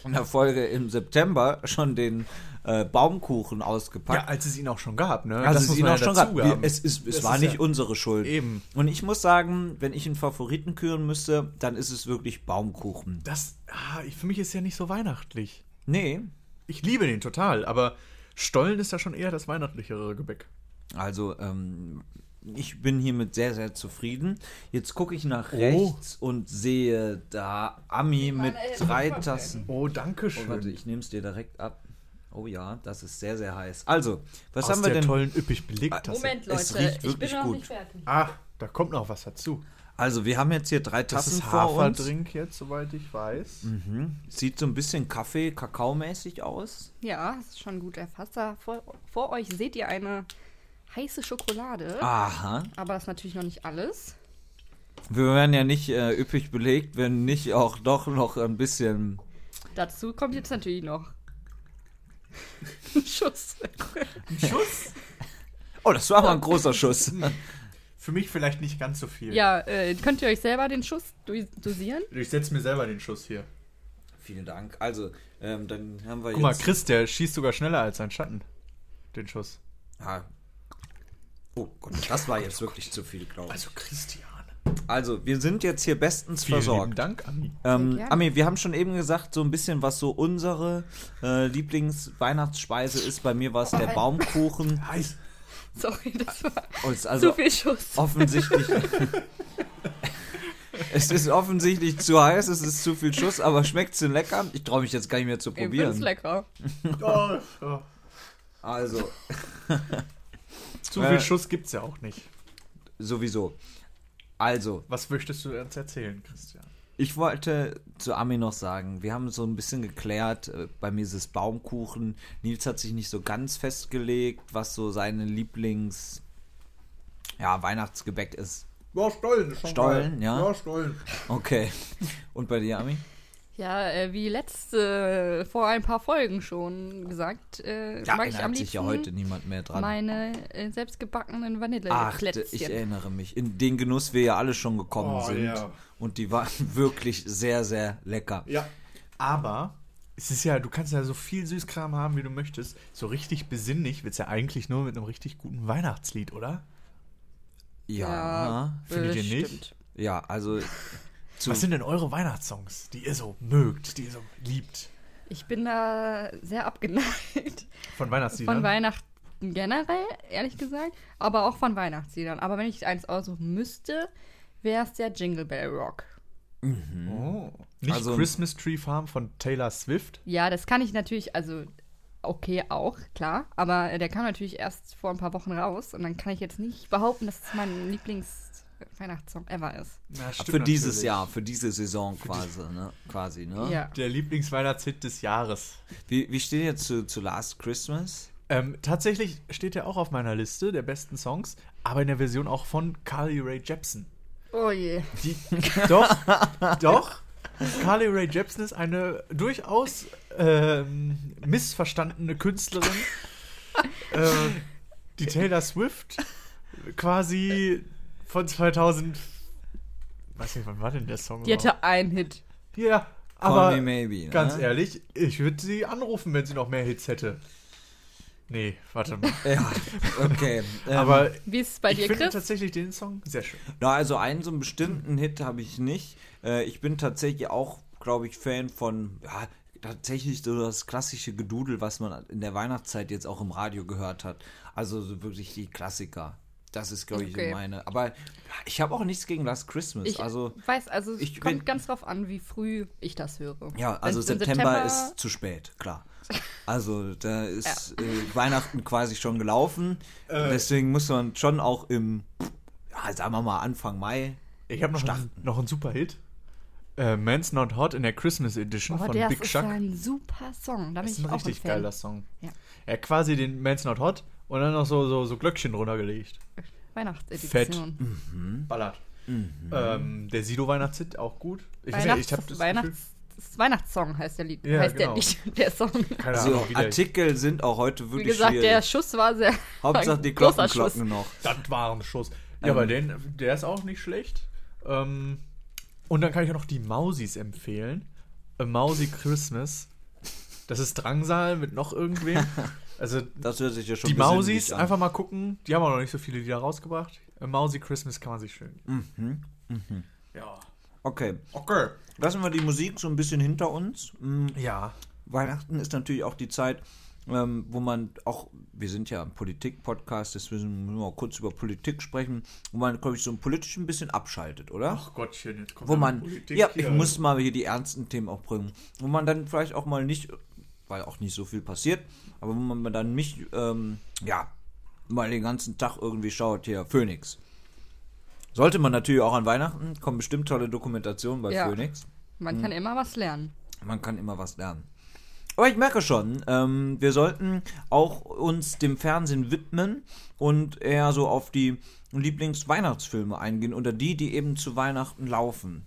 Speaker 1: in der Folge im September schon den äh, Baumkuchen ausgepackt.
Speaker 2: Ja, als es ihn auch schon gab, ne?
Speaker 1: Also es ihn auch schon gab. Wir,
Speaker 2: gab.
Speaker 1: es ist, es
Speaker 2: Das
Speaker 1: war
Speaker 2: ist
Speaker 1: nicht
Speaker 2: ja-
Speaker 1: unsere Schuld.
Speaker 2: Eben.
Speaker 1: Und ich muss sagen, wenn ich einen Favoriten küren müsste, dann ist es wirklich Baumkuchen.
Speaker 2: Das, ah, ich- für mich ist ja nicht so weihnachtlich.
Speaker 1: Nee,
Speaker 2: Ich liebe den total, aber Stollen ist ja schon eher das weihnachtlichere Gebäck.
Speaker 1: also ähm, ich bin hiermit sehr, sehr zufrieden. Jetzt gucke ich
Speaker 2: Oh.
Speaker 1: nach rechts und sehe da Ami mit drei Tassen.
Speaker 2: Oh, danke
Speaker 1: Oh,
Speaker 2: schön.
Speaker 1: warte, ich nehme es dir direkt ab. Oh ja, das ist sehr, sehr heiß. Also, was
Speaker 2: Aus
Speaker 1: haben wir
Speaker 2: der
Speaker 1: denn?
Speaker 2: tollen, üppig belegten.
Speaker 3: Ah, Moment,
Speaker 1: es
Speaker 3: Leute,
Speaker 1: riecht
Speaker 3: ich bin
Speaker 1: wirklich
Speaker 3: noch
Speaker 1: gut.
Speaker 3: nicht fertig.
Speaker 2: Ah, da kommt noch was dazu.
Speaker 1: Also, wir haben jetzt hier drei
Speaker 2: Das,
Speaker 1: Tassen
Speaker 2: ist
Speaker 1: vor uns.
Speaker 2: Haferdrink jetzt, soweit ich weiß.
Speaker 1: Mhm. Sieht so ein bisschen Kaffee, Kakao-mäßig aus.
Speaker 3: Ja, das ist schon gut erfasst. Da vor, vor euch seht ihr eine heiße Schokolade.
Speaker 1: Ah. Aha.
Speaker 3: Aber das ist natürlich noch nicht alles.
Speaker 1: Wir wären ja nicht äh, üppig belegt, wenn nicht auch doch noch ein bisschen.
Speaker 3: Dazu kommt jetzt natürlich noch ein Schuss.
Speaker 1: Oh, das war mal ein großer Schuss.
Speaker 2: Für mich vielleicht nicht ganz so viel.
Speaker 3: Ja, äh, könnt ihr euch selber den Schuss do- dosieren?
Speaker 2: Ich setze mir selber den Schuss hier.
Speaker 1: Vielen Dank. Also, ähm, dann haben wir
Speaker 2: Guck mal,
Speaker 1: jetzt.
Speaker 2: Chris, der schießt sogar schneller als sein Schatten. Den Schuss.
Speaker 1: ah. Oh Gott, das war jetzt wirklich zu viel, glaube
Speaker 2: Also
Speaker 1: ich.
Speaker 2: Christian.
Speaker 1: Also, wir sind jetzt hier bestens
Speaker 2: Vielen lieben
Speaker 1: versorgt.
Speaker 2: Dank, Ami.
Speaker 1: Ähm,
Speaker 3: Sehr gerne.
Speaker 1: Ami, wir haben schon eben gesagt, so ein bisschen, was so unsere äh, Lieblingsweihnachtsspeise ist. Bei mir war es
Speaker 3: Oh.
Speaker 1: der Baumkuchen.
Speaker 2: Heiß.
Speaker 3: Sorry, das war
Speaker 1: Und es- also
Speaker 3: zu viel Schuss.
Speaker 1: offensichtlich. es ist offensichtlich zu heiß, es ist zu viel Schuss, aber schmeckt es lecker? Ich traue mich jetzt gar nicht mehr zu
Speaker 3: Ich find's
Speaker 1: probieren.
Speaker 3: lecker.
Speaker 2: Oh, oh.
Speaker 1: Also,
Speaker 2: Zu
Speaker 1: Äh.
Speaker 2: viel Schuss gibt's ja auch nicht.
Speaker 1: sowieso. Also,
Speaker 2: Was möchtest du uns erzählen, Christian?
Speaker 1: Ich wollte zu Ami noch sagen, wir haben so ein bisschen geklärt, äh, bei mir ist es Baumkuchen. Nils hat sich nicht so ganz festgelegt, was so seine Lieblings ja, Weihnachtsgebäck ist.
Speaker 2: Ja, Stollen ist schon
Speaker 1: Stollen, ne? geil. ja. Ja,
Speaker 2: Stollen.
Speaker 1: Okay. Und bei dir, Ami?
Speaker 3: Ja, äh, wie letzte, vor ein paar Folgen schon gesagt, äh,
Speaker 1: Ja,
Speaker 3: mag ich
Speaker 1: erinnert
Speaker 3: am liebsten
Speaker 1: sich ja heute niemand mehr dran.
Speaker 3: meine äh, selbstgebackenen
Speaker 1: Ach, ich äh,
Speaker 3: Vanilleklätzchen.
Speaker 1: erinnere mich. In den Genuss wir ja alle schon gekommen
Speaker 2: Oh,
Speaker 1: sind.
Speaker 2: ja.
Speaker 1: Und die waren wirklich sehr, sehr lecker.
Speaker 2: Ja. Aber es ist ja, du kannst ja so viel Süßkram haben, wie du möchtest. So richtig besinnlich wird's ja eigentlich nur mit einem richtig guten Weihnachtslied, oder?
Speaker 1: Ja. ne?
Speaker 2: Findet ihr nicht?
Speaker 3: bestimmt.
Speaker 1: Ja, also zu
Speaker 2: Was sind denn eure Weihnachtssongs, die ihr so mögt, die ihr so liebt?
Speaker 3: Ich bin da sehr abgeneigt.
Speaker 2: Von Weihnachtsliedern?
Speaker 3: Von Weihnachten generell, ehrlich gesagt, aber auch von Weihnachtsliedern. Aber wenn ich eins aussuchen müsste, wäre es der Jingle Bell Rock.
Speaker 2: Oh. Nicht
Speaker 1: Also-
Speaker 2: Christmas Tree Farm von Taylor Swift?
Speaker 3: Ja, das kann ich natürlich, also okay auch, klar, aber äh, der kam natürlich erst vor ein paar Wochen raus und dann kann ich jetzt nicht behaupten, dass es mein Lieblings-Weihnachtssong ever ist.
Speaker 1: für dieses Jahr, für diese Saison quasi, ne? Quasi, ne?
Speaker 3: Ja.
Speaker 2: Der Lieblingsweihnachtshit des Jahres.
Speaker 1: Wie, wie steht jetzt zu, zu Last Christmas?
Speaker 2: Ähm, tatsächlich steht er auch auf meiner Liste der besten Songs, aber in der Version auch von Carly Rae Jepsen.
Speaker 3: Oh je.
Speaker 2: Die, doch, doch. Carly Rae Jepsen ist eine durchaus ähm, missverstandene Künstlerin, äh, die Taylor Swift quasi von 2000. Weiß nicht, wann war denn der Song?
Speaker 3: Die hatte einen Hit.
Speaker 2: überhaupt? ja,
Speaker 1: Call
Speaker 2: aber
Speaker 1: me maybe.
Speaker 2: ganz
Speaker 1: ne?
Speaker 2: ehrlich, ich würde sie anrufen, wenn sie noch mehr Hits hätte. Nee, warte mal.
Speaker 1: Ja, okay. ähm,
Speaker 2: aber
Speaker 3: Wie ist es bei
Speaker 2: ich
Speaker 3: dir,
Speaker 2: finde
Speaker 3: Chris?
Speaker 2: tatsächlich den Song sehr schön.
Speaker 1: na, also einen so einen bestimmten Hit habe ich nicht. Äh, ich bin tatsächlich auch, glaube ich, Fan von ja, tatsächlich so das klassische Gedudel, was man in der Weihnachtszeit jetzt auch im Radio gehört hat. Also so wirklich die Klassiker. Das ist, glaube ich, so
Speaker 3: Okay.
Speaker 1: meine. Aber ich habe auch nichts gegen Last Christmas.
Speaker 3: Ich
Speaker 1: also
Speaker 3: weiß, also es
Speaker 1: ich
Speaker 3: kommt
Speaker 1: bin-
Speaker 3: ganz drauf an, wie früh ich das höre.
Speaker 1: Ja, also
Speaker 3: Wenn's im
Speaker 1: September, ist zu spät, klar. Also da ist äh, Weihnachten quasi schon gelaufen.
Speaker 2: Äh.
Speaker 1: Deswegen muss man schon auch im, ja, sagen wir mal, Anfang Mai.
Speaker 2: Ich habe noch, einen- noch einen super Hit. Äh, Man's Not Hot in der Christmas Edition
Speaker 3: Boah,
Speaker 2: von
Speaker 3: Oh, der
Speaker 2: Big
Speaker 3: ist
Speaker 2: Chuck.
Speaker 3: ein super Song. Da
Speaker 2: Das
Speaker 3: bin
Speaker 2: ist
Speaker 3: ich
Speaker 2: ein
Speaker 3: auch ein
Speaker 2: richtig
Speaker 3: Fan.
Speaker 2: geiler Song.
Speaker 3: Ja.
Speaker 2: Er hat quasi den Man's Not Hot und dann noch so, so, so Glöckchen runtergelegt.
Speaker 3: Weihnachtsedition.
Speaker 2: Ballert. Ähm, der Sido-Weihnachtshit auch gut. Ich weiß nicht,
Speaker 3: Weihnachts
Speaker 2: ich hab das
Speaker 3: Weihnachts Weihnachtssong heißt der Lied.
Speaker 2: Ja,
Speaker 3: heißt
Speaker 2: genau.
Speaker 3: der Lied, der Song.
Speaker 2: Gefühl, keine
Speaker 1: Also
Speaker 2: Ahnung, wie der-
Speaker 1: Artikel sind auch heute
Speaker 3: Wie
Speaker 1: wirklich
Speaker 3: gesagt, der
Speaker 1: schwierig.
Speaker 3: Schuss war sehr.
Speaker 1: Hauptsache die
Speaker 3: großer
Speaker 1: Glockenglocken noch.
Speaker 2: Das war ein Schuss. Ja,
Speaker 1: Ähm,
Speaker 2: aber den, der ist auch nicht schlecht. Ähm, und dann kann ich auch noch die Mausis empfehlen. A Mausi Christmas. Das ist Drangsal mit noch irgendwem. Also
Speaker 1: Das hört sich ja schon
Speaker 2: die
Speaker 1: besinnlich
Speaker 2: Mausis,
Speaker 1: an.
Speaker 2: einfach mal gucken. Die haben auch noch nicht so viele Lieder rausgebracht. A Mausi Christmas kann man sich schön geben.
Speaker 1: Mhm,
Speaker 2: Ja.
Speaker 1: Okay,
Speaker 2: Okay.
Speaker 1: lassen wir die Musik so ein bisschen hinter uns. Mm,
Speaker 2: Ja.
Speaker 1: Weihnachten ist natürlich auch die Zeit, ähm, wo man auch, wir sind ja ein Politik-Podcast, deswegen müssen wir auch kurz über Politik sprechen, wo man, glaube ich, so politisch ein bisschen abschaltet, oder?
Speaker 2: Ach Gottchen, jetzt kommt
Speaker 1: wo man, ja, ich muss mal hier die ernsten Themen auch bringen, wo man dann vielleicht auch mal nicht, weil auch nicht so viel passiert, aber wo man dann nicht, ähm, ja, mal den ganzen Tag irgendwie schaut, hier, Phoenix. Sollte man natürlich auch an Weihnachten, kommen bestimmt tolle Dokumentationen bei
Speaker 3: Ja.
Speaker 1: Phoenix.
Speaker 3: Man
Speaker 2: Mhm.
Speaker 3: kann immer was lernen.
Speaker 1: Man kann immer was lernen. Aber ich merke schon, ähm, wir sollten auch uns dem Fernsehen widmen und eher so auf die Lieblingsweihnachtsfilme eingehen oder die, die eben zu Weihnachten laufen.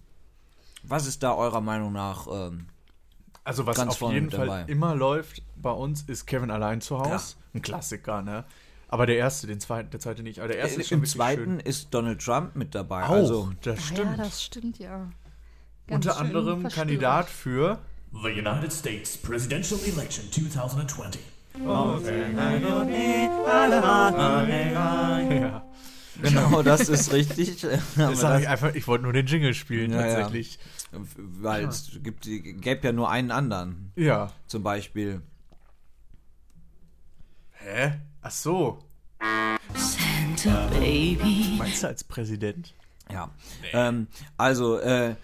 Speaker 1: Was ist da eurer Meinung nach? Ähm,
Speaker 2: Also was
Speaker 1: ganz
Speaker 2: auf
Speaker 1: vorne
Speaker 2: jeden
Speaker 1: mit
Speaker 2: Fall
Speaker 1: dabei.
Speaker 2: immer läuft bei uns ist Kevin allein zu Hause. Ein Klassiker, ne? Aber der erste, den zweiten, der zweite nicht. Aber der erste ist schon
Speaker 1: Im
Speaker 2: wirklich
Speaker 1: zweiten
Speaker 2: schön.
Speaker 1: ist Donald Trump mit dabei.
Speaker 2: Auch,
Speaker 1: Also,
Speaker 2: das
Speaker 3: Äh, Ah
Speaker 2: stimmt.
Speaker 3: Ja, das stimmt ja. Ganz
Speaker 2: Unter
Speaker 3: schön
Speaker 2: anderem
Speaker 3: verstörend.
Speaker 2: Kandidat für
Speaker 5: The United States presidential election 2020.
Speaker 2: Ja.
Speaker 1: genau, das ist richtig. Aber
Speaker 2: Das sag ich einfach, ich wollte nur den Jingle spielen,
Speaker 1: Ja, ja.
Speaker 2: tatsächlich.
Speaker 1: weil es gibt, gäbe ja nur einen anderen.
Speaker 2: Ja.
Speaker 1: Zum Beispiel.
Speaker 2: Hä? Ach so.
Speaker 4: Santa Baby.
Speaker 2: Meinst du als Präsident?
Speaker 1: Ja. Ähm, also, äh,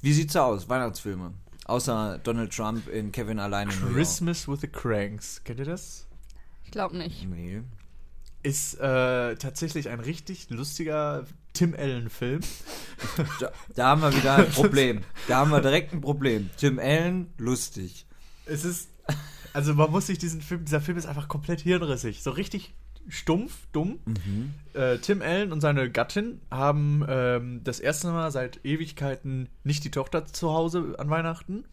Speaker 1: wie sieht's da aus? Weihnachtsfilme. Außer Donald Trump in Kevin allein in New York.
Speaker 2: Christmas with the Cranks. Kennt ihr das?
Speaker 3: Ich glaube nicht.
Speaker 1: Nee.
Speaker 2: Ist äh, tatsächlich ein richtig lustiger Tim Allen-Film.
Speaker 1: Da, da haben wir wieder ein Problem. Da haben wir direkt ein Problem. Tim Allen, lustig.
Speaker 2: Es ist. Also man muss sich diesen Film, dieser Film ist einfach komplett hirnrissig. So richtig stumpf, dumm. Äh, Tim Allen und seine Gattin haben ähm, das erste Mal seit Ewigkeiten nicht die Tochter zu Hause an Weihnachten.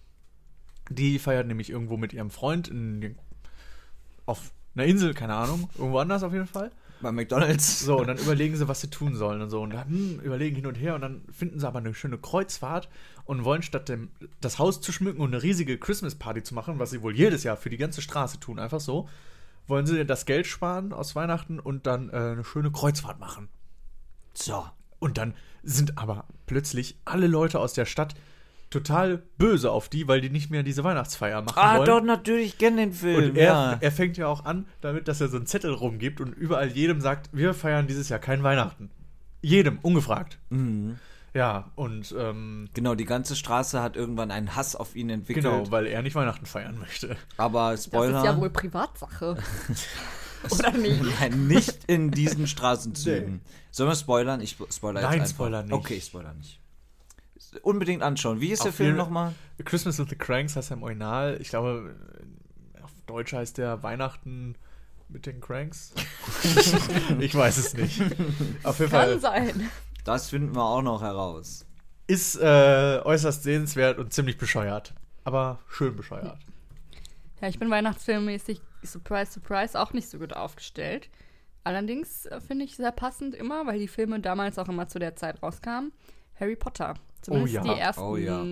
Speaker 2: Die feiert nämlich irgendwo mit ihrem Freund in, auf einer Insel, keine Ahnung, irgendwo anders auf jeden Fall.
Speaker 1: Bei McDonalds.
Speaker 2: So, und dann überlegen sie, was sie tun sollen und so. Und dann hm, überlegen hin und her und dann finden sie aber eine schöne Kreuzfahrt und wollen statt dem, das Haus zu schmücken und eine riesige Christmas-Party zu machen, was sie wohl jedes Jahr für die ganze Straße tun, einfach so, wollen sie das Geld sparen aus Weihnachten und dann äh, eine schöne Kreuzfahrt machen.
Speaker 1: So.
Speaker 2: Und dann sind aber plötzlich alle Leute aus der Stadt total böse auf die, weil die nicht mehr diese Weihnachtsfeier machen
Speaker 1: Ah,
Speaker 2: wollen.
Speaker 1: doch, natürlich, ich kenne den Film.
Speaker 2: Und er,
Speaker 1: Äh, ja.
Speaker 2: er fängt ja auch an, damit, dass er so einen Zettel rumgibt und überall jedem sagt, wir feiern dieses Jahr kein Weihnachten. Jedem, ungefragt. Ja, und ähm,
Speaker 1: Genau, die ganze Straße hat irgendwann einen Hass auf ihn entwickelt.
Speaker 2: genau, weil er nicht Weihnachten feiern möchte.
Speaker 1: aber
Speaker 3: Das
Speaker 1: Spoiler.
Speaker 3: ist ja wohl Privatsache. Oder nicht?
Speaker 1: Nein, nicht in diesen Straßenzügen. Sollen wir spoilern? Ich spo- spoiler jetzt
Speaker 2: Nein,
Speaker 1: einfach.
Speaker 2: spoiler nicht.
Speaker 1: Okay, ich spoiler nicht. Unbedingt anschauen. Wie ist der
Speaker 2: Auf
Speaker 1: Film
Speaker 2: jeden-
Speaker 1: nochmal?
Speaker 2: Christmas with the Cranks heißt er im Original. Ich glaube, auf Deutsch heißt der Weihnachten mit den Cranks. ich weiß es nicht. Auf jeden Fall.
Speaker 3: Kann sein.
Speaker 1: Das finden wir auch noch heraus.
Speaker 2: Ist äh, äußerst sehenswert und ziemlich bescheuert. Aber schön bescheuert.
Speaker 3: Ja, ich bin weihnachtsfilmmäßig, surprise, surprise, auch nicht so gut aufgestellt. Allerdings äh, finde ich sehr passend immer, weil die Filme damals auch immer zu der Zeit rauskamen, Harry Potter. Zumindest
Speaker 2: ja.
Speaker 3: die ersten
Speaker 1: Oh ja.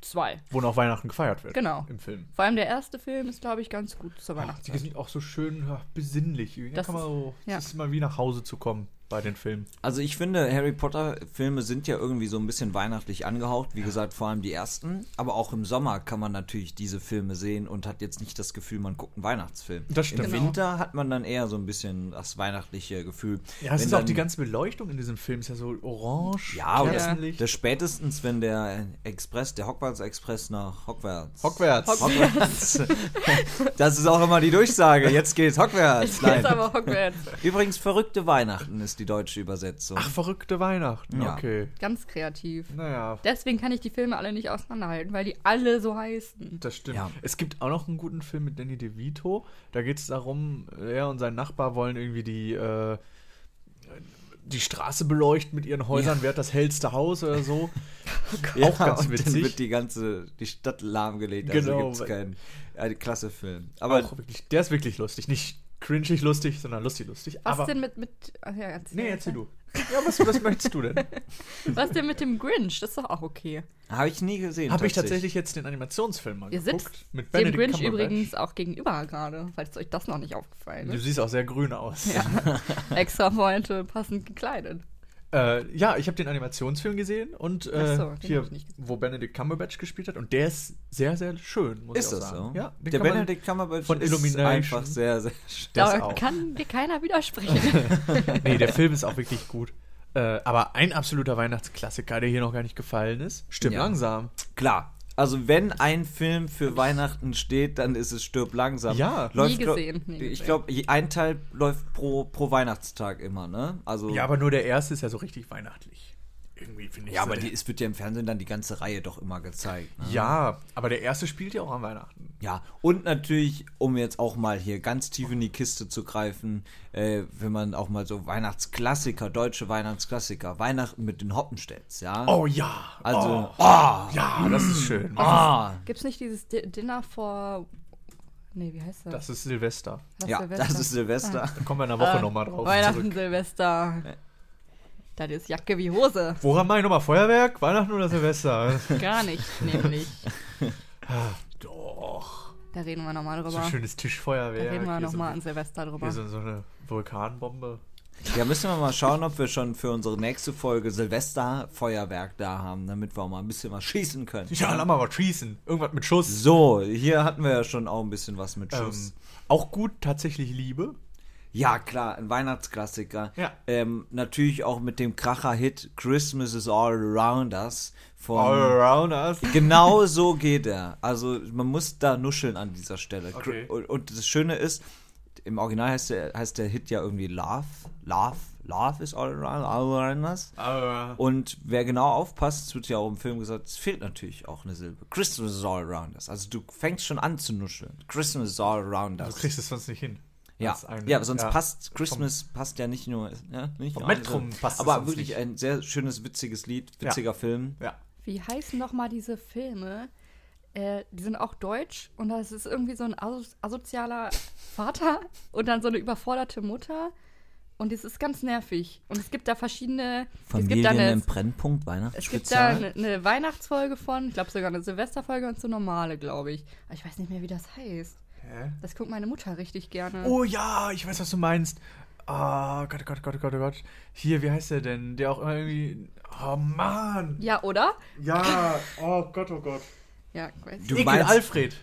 Speaker 3: zwei.
Speaker 2: Wo noch Weihnachten gefeiert wird.
Speaker 3: Genau.
Speaker 2: Im Film.
Speaker 3: Vor allem der erste Film ist, glaube ich, ganz gut zur
Speaker 2: Ach, die
Speaker 3: Weihnachtszeit.
Speaker 2: sind auch so schön ja, besinnlich. Da
Speaker 3: Das
Speaker 2: kann man
Speaker 3: ist-
Speaker 2: so,
Speaker 3: ja.
Speaker 2: Es ist immer wie nach Hause zu kommen bei den Filmen.
Speaker 1: Also ich finde, Harry Potter-Filme sind ja irgendwie so ein bisschen weihnachtlich angehaucht. Wie gesagt, vor allem die ersten. Aber auch im Sommer kann man natürlich diese Filme sehen und hat jetzt nicht das Gefühl, man guckt einen Weihnachtsfilm.
Speaker 2: Das stimmt.
Speaker 1: Im
Speaker 3: Genau.
Speaker 1: Winter hat man dann eher so ein bisschen das weihnachtliche Gefühl.
Speaker 2: Ja, es
Speaker 1: Wenn
Speaker 2: ist auch
Speaker 1: dann-
Speaker 2: die ganze Beleuchtung in diesem Film ist ja so orange,
Speaker 1: Ja, und das,
Speaker 2: Kerzenlicht.
Speaker 1: das spätestens, wenn der Express, der Hogwarts-Express nach Hogwarts.
Speaker 2: Hogwarts.
Speaker 1: Hogwarts. Das ist auch immer die Durchsage. Jetzt geht's Hogwarts.
Speaker 3: Jetzt
Speaker 1: Nein.
Speaker 3: aber Hogwarts.
Speaker 1: Übrigens, verrückte Weihnachten ist die deutsche Übersetzung.
Speaker 2: Ach, verrückte Weihnachten.
Speaker 1: Ja.
Speaker 2: Okay.
Speaker 3: Ganz kreativ.
Speaker 2: Naja,
Speaker 3: Deswegen kann ich die Filme alle nicht auseinanderhalten, weil die alle so heißen.
Speaker 2: das stimmt.
Speaker 1: Ja.
Speaker 2: Es gibt auch noch einen guten Film mit Danny DeVito. Da geht es darum, er und sein Nachbar wollen irgendwie die, äh, die Straße beleuchten mit ihren Häusern. Wer hat das hellste Haus oder so?
Speaker 1: ja,
Speaker 2: auch ganz
Speaker 1: und dann
Speaker 2: witzig.
Speaker 1: wird die ganze die Stadt lahmgelegt. Also
Speaker 2: Genau,
Speaker 1: gibt's
Speaker 2: weil-
Speaker 1: keinen äh, klasse Film. Aber
Speaker 2: Aber auch wirklich, der ist wirklich lustig. Nicht cringig lustig, sondern lustig lustig.
Speaker 3: Was
Speaker 2: aber
Speaker 3: denn mit. mit ach ja, erzähl
Speaker 2: nee,
Speaker 3: weiter.
Speaker 2: erzähl du. Ja, was, was möchtest du denn?
Speaker 3: Was denn mit dem Grinch? Das ist doch auch okay.
Speaker 1: Habe ich nie gesehen.
Speaker 2: Habe ich tatsächlich jetzt den Animationsfilm mal
Speaker 3: Ihr
Speaker 2: geguckt.
Speaker 3: sitzt
Speaker 2: mit
Speaker 3: Dem
Speaker 2: Benedict
Speaker 3: Grinch
Speaker 2: Cumberbatch.
Speaker 3: übrigens auch gegenüber gerade, falls euch das noch nicht aufgefallen
Speaker 2: Du
Speaker 3: ist.
Speaker 2: siehst auch sehr grün aus.
Speaker 3: Extra für heute passend gekleidet.
Speaker 2: Äh, ja, ich habe den Animationsfilm gesehen und äh,
Speaker 3: Ach so, den hab
Speaker 2: hier,
Speaker 3: ich nicht gesehen.
Speaker 2: wo Benedict Cumberbatch gespielt hat. Und der ist sehr, sehr schön, muss
Speaker 1: Ist
Speaker 2: ich auch
Speaker 1: das
Speaker 2: sagen.
Speaker 1: so?
Speaker 2: Ja, den
Speaker 1: der
Speaker 2: kann man-
Speaker 1: Benedict Cumberbatch
Speaker 2: von
Speaker 1: ist
Speaker 2: Illumination.
Speaker 1: einfach sehr, sehr stark.
Speaker 2: Das
Speaker 3: da
Speaker 2: auch.
Speaker 3: kann dir keiner widersprechen.
Speaker 2: Nee, der Film ist auch wirklich gut. Äh, aber ein absoluter Weihnachtsklassiker, der hier noch gar nicht gefallen ist. Stirb
Speaker 1: Ja.
Speaker 2: langsam.
Speaker 1: Klar. Also wenn ein Film für Weihnachten steht, dann ist es stirb langsam.
Speaker 2: Ja. Nie
Speaker 1: glaub-
Speaker 3: gesehen, nie
Speaker 1: ich
Speaker 3: gesehen.
Speaker 1: glaube, ein Teil läuft pro, pro Weihnachtstag immer, ne? Also
Speaker 2: Ja, aber nur der erste ist ja so richtig weihnachtlich. Irgendwie finde ich
Speaker 1: ja,
Speaker 2: so
Speaker 1: aber
Speaker 2: der,
Speaker 1: die, es wird ja im Fernsehen dann die ganze Reihe doch immer gezeigt. Ne?
Speaker 2: Ja, aber der erste spielt ja auch an Weihnachten.
Speaker 1: Ja, und natürlich, um jetzt auch mal hier ganz tief in die Kiste zu greifen, äh, wenn man auch mal so Weihnachtsklassiker, deutsche Weihnachtsklassiker, Weihnachten mit den Hoppenstedts, ja?
Speaker 2: Oh ja.
Speaker 1: Also,
Speaker 2: Oh.
Speaker 1: oh,
Speaker 2: Ja, das ist schön.
Speaker 1: ah,
Speaker 3: Gibt's nicht dieses Di Dinner for. Nee, wie heißt das?
Speaker 2: Das ist Silvester.
Speaker 3: Was,
Speaker 1: ja,
Speaker 3: Silvester?
Speaker 1: das ist Silvester.
Speaker 2: Da kommen wir in einer Woche
Speaker 3: Äh,
Speaker 2: nochmal drauf
Speaker 3: Weihnachten,
Speaker 2: zurück.
Speaker 3: Silvester. Das ist Jacke wie Hose.
Speaker 2: Woran mache ich nochmal Feuerwerk? Weihnachten oder Silvester?
Speaker 3: Gar nicht, nämlich.
Speaker 2: Doch.
Speaker 3: Da reden wir nochmal
Speaker 2: So
Speaker 3: drüber.
Speaker 2: ein schönes
Speaker 3: da
Speaker 2: Tischfeuerwerk.
Speaker 3: reden wir
Speaker 2: Hier so-
Speaker 3: nochmal an Silvester drüber.
Speaker 2: Hier so, so eine Vulkanbombe.
Speaker 1: Ja, müssen wir mal schauen, ob wir schon für unsere nächste Folge Silvesterfeuerwerk da haben, damit wir auch mal ein bisschen was schießen können.
Speaker 2: Ja, lass mal was schießen. Irgendwas mit Schuss.
Speaker 1: So, hier hatten wir ja schon auch ein bisschen was mit Schuss.
Speaker 2: Ähm, auch gut, tatsächlich Liebe.
Speaker 1: Ja, klar, ein Weihnachtsklassiker.
Speaker 2: Ja.
Speaker 1: Ähm, natürlich auch mit dem Kracher-Hit Christmas is all around us. Von
Speaker 2: All around us.
Speaker 1: Genau so geht er. Also man muss da nuscheln an dieser Stelle.
Speaker 2: Okay.
Speaker 1: Und, und das Schöne ist, im Original heißt der, heißt der Hit ja irgendwie Love, Love, Love is all around, all around us.
Speaker 2: Aber
Speaker 1: Und wer genau aufpasst, es wird ja auch im Film gesagt, es fehlt natürlich auch eine Silbe. Christmas is all around us. Also du fängst schon an zu nuscheln. Christmas is all around
Speaker 2: du
Speaker 1: us.
Speaker 2: Also kriegst es sonst nicht hin.
Speaker 1: ja.
Speaker 2: Als ein-
Speaker 1: ja, sonst
Speaker 2: ja.
Speaker 1: passt Christmas passt ja nicht nur. Ja, nicht nur
Speaker 2: Metrum
Speaker 1: also,
Speaker 2: passt es
Speaker 1: Aber
Speaker 2: sonst
Speaker 1: wirklich
Speaker 2: nicht.
Speaker 1: ein sehr schönes, witziges Lied, witziger Film.
Speaker 2: Ja.
Speaker 3: Wie heißen nochmal diese Filme? Äh, die sind auch deutsch und das ist irgendwie so ein aso asozialer Vater und dann so eine überforderte Mutter. Und es ist ganz nervig. Und es gibt da verschiedene. es gibt da
Speaker 1: Familien
Speaker 3: eine,
Speaker 1: im Brennpunkt, Weihnachten.
Speaker 3: es gibt da eine, eine Weihnachtsfolge von, ich glaube sogar eine Silvesterfolge und so normale, glaube ich. Aber ich weiß nicht mehr, wie das heißt.
Speaker 2: Hä?
Speaker 3: Das guckt meine Mutter richtig gerne.
Speaker 2: Oh ja, ich weiß, was du meinst. Ah, Gott, Gott, Gott, Gott, Gott. Hier, wie heißt der denn? Der auch immer irgendwie. Oh Mann.
Speaker 3: Ja, oder?
Speaker 2: Ja. Oh Gott, oh Gott.
Speaker 3: Ja, weiß ich.
Speaker 1: Du
Speaker 2: Ekel
Speaker 1: meinst-
Speaker 2: Alfred.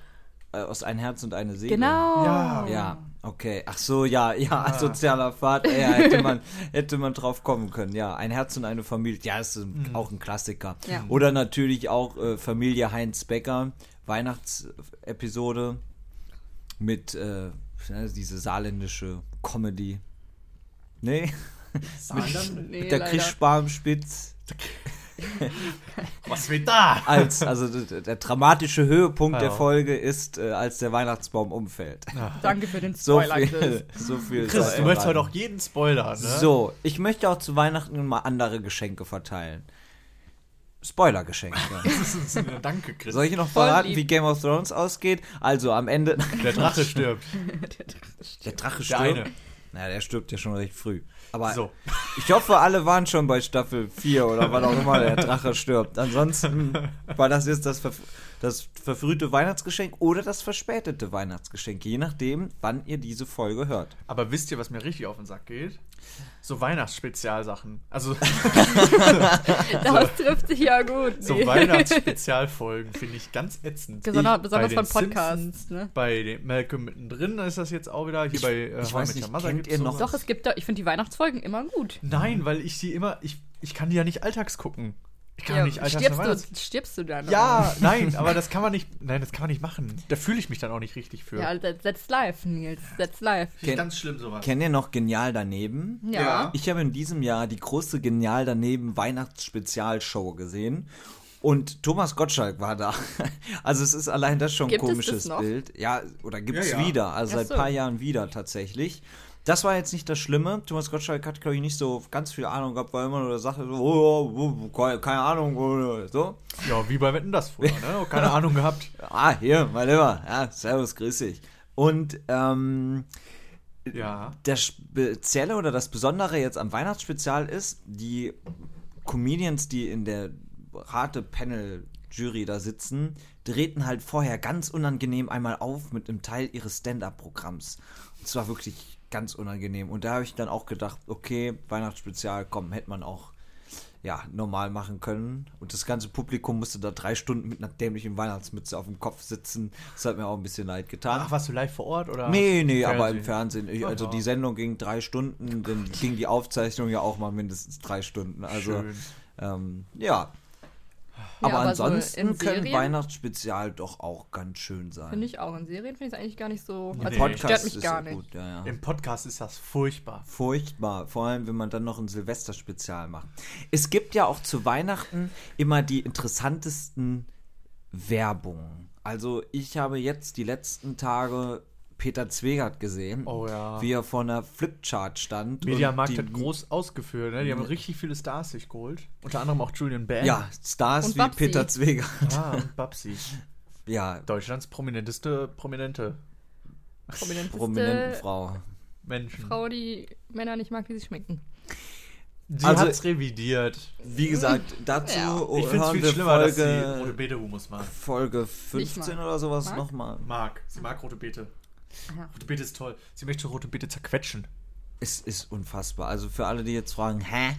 Speaker 1: Äh, aus Ein Herz und eine Seele.
Speaker 3: Genau.
Speaker 2: Ja.
Speaker 1: Ja, okay. Ach so, ja, ja, sozialer Pfad. Ja, hätte man, hätte man drauf kommen können. Ja, ein Herz und eine Familie. Ja, ist ein, auch ein Klassiker.
Speaker 3: Ja.
Speaker 1: Oder natürlich auch äh, Familie Heinz Becker, Weihnachtsepisode mit äh, ne, diese saarländische Comedy. Nee,
Speaker 3: Nee,
Speaker 1: mit der
Speaker 3: leider.
Speaker 1: Krischbarmspitz.
Speaker 2: Was wird da?
Speaker 1: Als, also der, der dramatische Höhepunkt der
Speaker 2: Ja.
Speaker 1: Folge ist, äh, als der Weihnachtsbaum umfällt.
Speaker 3: Danke für den
Speaker 1: So
Speaker 3: Spoiler. Chris.
Speaker 1: viel, so viel.
Speaker 2: Chris,
Speaker 1: sei
Speaker 2: du möchtest
Speaker 1: verraten.
Speaker 2: heute auch jeden Spoiler, ne?
Speaker 1: So, ich möchte auch zu Weihnachten mal andere Geschenke verteilen. Spoiler-Geschenke.
Speaker 2: Das ist ein- Danke, Chris.
Speaker 1: Soll ich noch
Speaker 3: Voll
Speaker 1: verraten,
Speaker 3: lieb.
Speaker 1: wie Game of Thrones ausgeht? Also am Ende.
Speaker 2: Der Drache stirbt.
Speaker 1: Der Drache
Speaker 2: Der
Speaker 1: stirbt.
Speaker 2: eine.
Speaker 1: Na, der stirbt ja schon recht früh. Aber
Speaker 2: So.
Speaker 1: ich hoffe, alle waren schon bei Staffel 4 oder wann auch immer der Drache stirbt. Ansonsten war das jetzt das, verf das verfrühte Weihnachtsgeschenk oder das verspätete Weihnachtsgeschenk, je nachdem, wann ihr diese Folge hört.
Speaker 2: Aber wisst ihr, was mir richtig auf den Sack geht? So Weihnachtsspezialsachen. Also
Speaker 3: Das trifft sich ja gut.
Speaker 2: so
Speaker 3: Nee.
Speaker 2: Weihnachtsspezialfolgen finde ich ganz ätzend.
Speaker 3: Besonders,
Speaker 2: ich,
Speaker 3: besonders
Speaker 2: bei
Speaker 3: von
Speaker 2: den
Speaker 3: Podcasts,
Speaker 2: Simpsons,
Speaker 3: ne?
Speaker 2: Bei dem Malcolm mittendrin ist das jetzt auch wieder. Hier bei äh,
Speaker 1: ich
Speaker 2: How I
Speaker 1: weiß
Speaker 2: Met Your
Speaker 1: nicht,
Speaker 2: Mother
Speaker 1: kennt
Speaker 2: gibt's
Speaker 1: ihr
Speaker 2: sowas.
Speaker 1: noch-
Speaker 3: Doch, es gibt da, ich finde die Weihnachtsfolgen immer gut.
Speaker 2: Nein, weil ich sie immer. Ich, ich kann die ja nicht alltags gucken. Ich kann nicht alltags eine Weihnachts
Speaker 3: stirbst, du, stirbst du dann?
Speaker 2: Ja, nein, aber das kann man nicht. Nein, das kann man nicht machen. Da fühle ich mich dann auch nicht richtig für.
Speaker 3: oder? Ja, that, that's life, Nils. That's life.
Speaker 2: Finde ich
Speaker 1: Ken-
Speaker 2: ganz schlimm sowas.
Speaker 1: Kennt ihr noch Genial daneben?
Speaker 3: Ja.
Speaker 1: Ich habe in diesem Jahr die große Genial daneben Weihnachtsspezialshow gesehen. Und Thomas Gottschalk war da. Also es ist allein das schon ein
Speaker 3: Gibt es das
Speaker 1: komisches
Speaker 3: noch?
Speaker 1: Bild. Ja, oder gibt es
Speaker 2: Ja, ja.
Speaker 1: wieder. Also
Speaker 3: Ach
Speaker 1: seit
Speaker 3: so.
Speaker 1: ein paar Jahren wieder tatsächlich. Das war jetzt nicht das Schlimme. Thomas Gottschalk hat, glaube ich, nicht so ganz viel Ahnung gehabt, weil immer nur der Sache so, oh, oh, oh, keine keine Ahnung, oh, oh, so.
Speaker 2: Ja, wie bei Wetten das früher, ne? Keine Ahnung gehabt.
Speaker 1: Ah, hier, mein Lieber. Ja, servus, grüß dich. Und ähm,
Speaker 2: Ja.
Speaker 1: das Spezielle oder das Besondere jetzt am Weihnachtsspezial ist, die Comedians, die in der Rate-Panel-Jury da sitzen, drehten halt vorher ganz unangenehm einmal auf mit einem Teil ihres Stand-Up-Programms. Und zwar wirklich ganz unangenehm. Und da habe ich dann auch gedacht, okay, Weihnachtsspezial, komm, hätte man auch ja, normal machen können. Und das ganze Publikum musste da drei Stunden mit einer dämlichen Weihnachtsmütze auf dem Kopf sitzen. Das hat mir auch ein bisschen leid getan.
Speaker 2: Ach, warst du live vor Ort oder?
Speaker 1: Nee, nee, aber
Speaker 2: Fernsehen?
Speaker 1: im Fernsehen. Ich, also
Speaker 2: Aha.
Speaker 1: die Sendung ging drei Stunden, dann ging die Aufzeichnung ja auch mal mindestens drei Stunden. Also
Speaker 2: Schön.
Speaker 1: ähm, ja.
Speaker 3: Ja,
Speaker 1: aber,
Speaker 3: aber so
Speaker 1: ansonsten
Speaker 3: in
Speaker 1: können
Speaker 3: Serien?
Speaker 1: Weihnachtsspezial doch auch ganz schön sein.
Speaker 3: Finde ich auch. In Serien finde ich es eigentlich gar nicht so.
Speaker 2: Nee.
Speaker 3: Also,
Speaker 1: Podcast
Speaker 3: stört mich
Speaker 1: ist
Speaker 3: gar
Speaker 1: so
Speaker 3: nicht.
Speaker 1: gut, ja, ja.
Speaker 2: Im Podcast ist das furchtbar.
Speaker 1: Furchtbar, vor allem wenn man dann noch ein Silvesterspezial macht. Es gibt ja auch zu Weihnachten immer die interessantesten Werbungen. Also ich habe jetzt die letzten Tage Peter Zwegert gesehen,
Speaker 2: Oh ja.
Speaker 1: wie er vor einer Flipchart stand. und
Speaker 2: Mediamarkt
Speaker 1: die-
Speaker 2: hat groß ausgeführt, ne? Die haben richtig viele Stars sich geholt. Unter anderem auch Julian Bam.
Speaker 1: Ja, Stars
Speaker 3: Und
Speaker 1: wie
Speaker 3: Babsi.
Speaker 1: Peter Zweger.
Speaker 2: Ah, und Babsi.
Speaker 1: Ja,
Speaker 2: Deutschlands prominenteste, prominente
Speaker 3: Prominenteste
Speaker 1: prominenten Frau.
Speaker 2: Menschen.
Speaker 3: Frau, die Männer nicht mag, wie sie schminken.
Speaker 2: Die
Speaker 1: Also-
Speaker 2: hat's revidiert.
Speaker 1: Wie gesagt, dazu
Speaker 3: Ja.
Speaker 2: Ich
Speaker 1: Oh, hören
Speaker 2: finde es viel
Speaker 1: wir
Speaker 2: schlimmer, dass sie rote
Speaker 1: Folge,
Speaker 2: Beete Humus mag.
Speaker 1: Folge
Speaker 3: Nicht
Speaker 1: 15
Speaker 3: mal.
Speaker 1: oder sowas
Speaker 3: Marc?
Speaker 1: nochmal.
Speaker 2: Mag. Sie mag rote Beete.
Speaker 3: Ja.
Speaker 2: Rote Beete ist toll. Sie möchte rote Beete zerquetschen.
Speaker 1: Es ist unfassbar. Also für alle, die jetzt fragen, hä?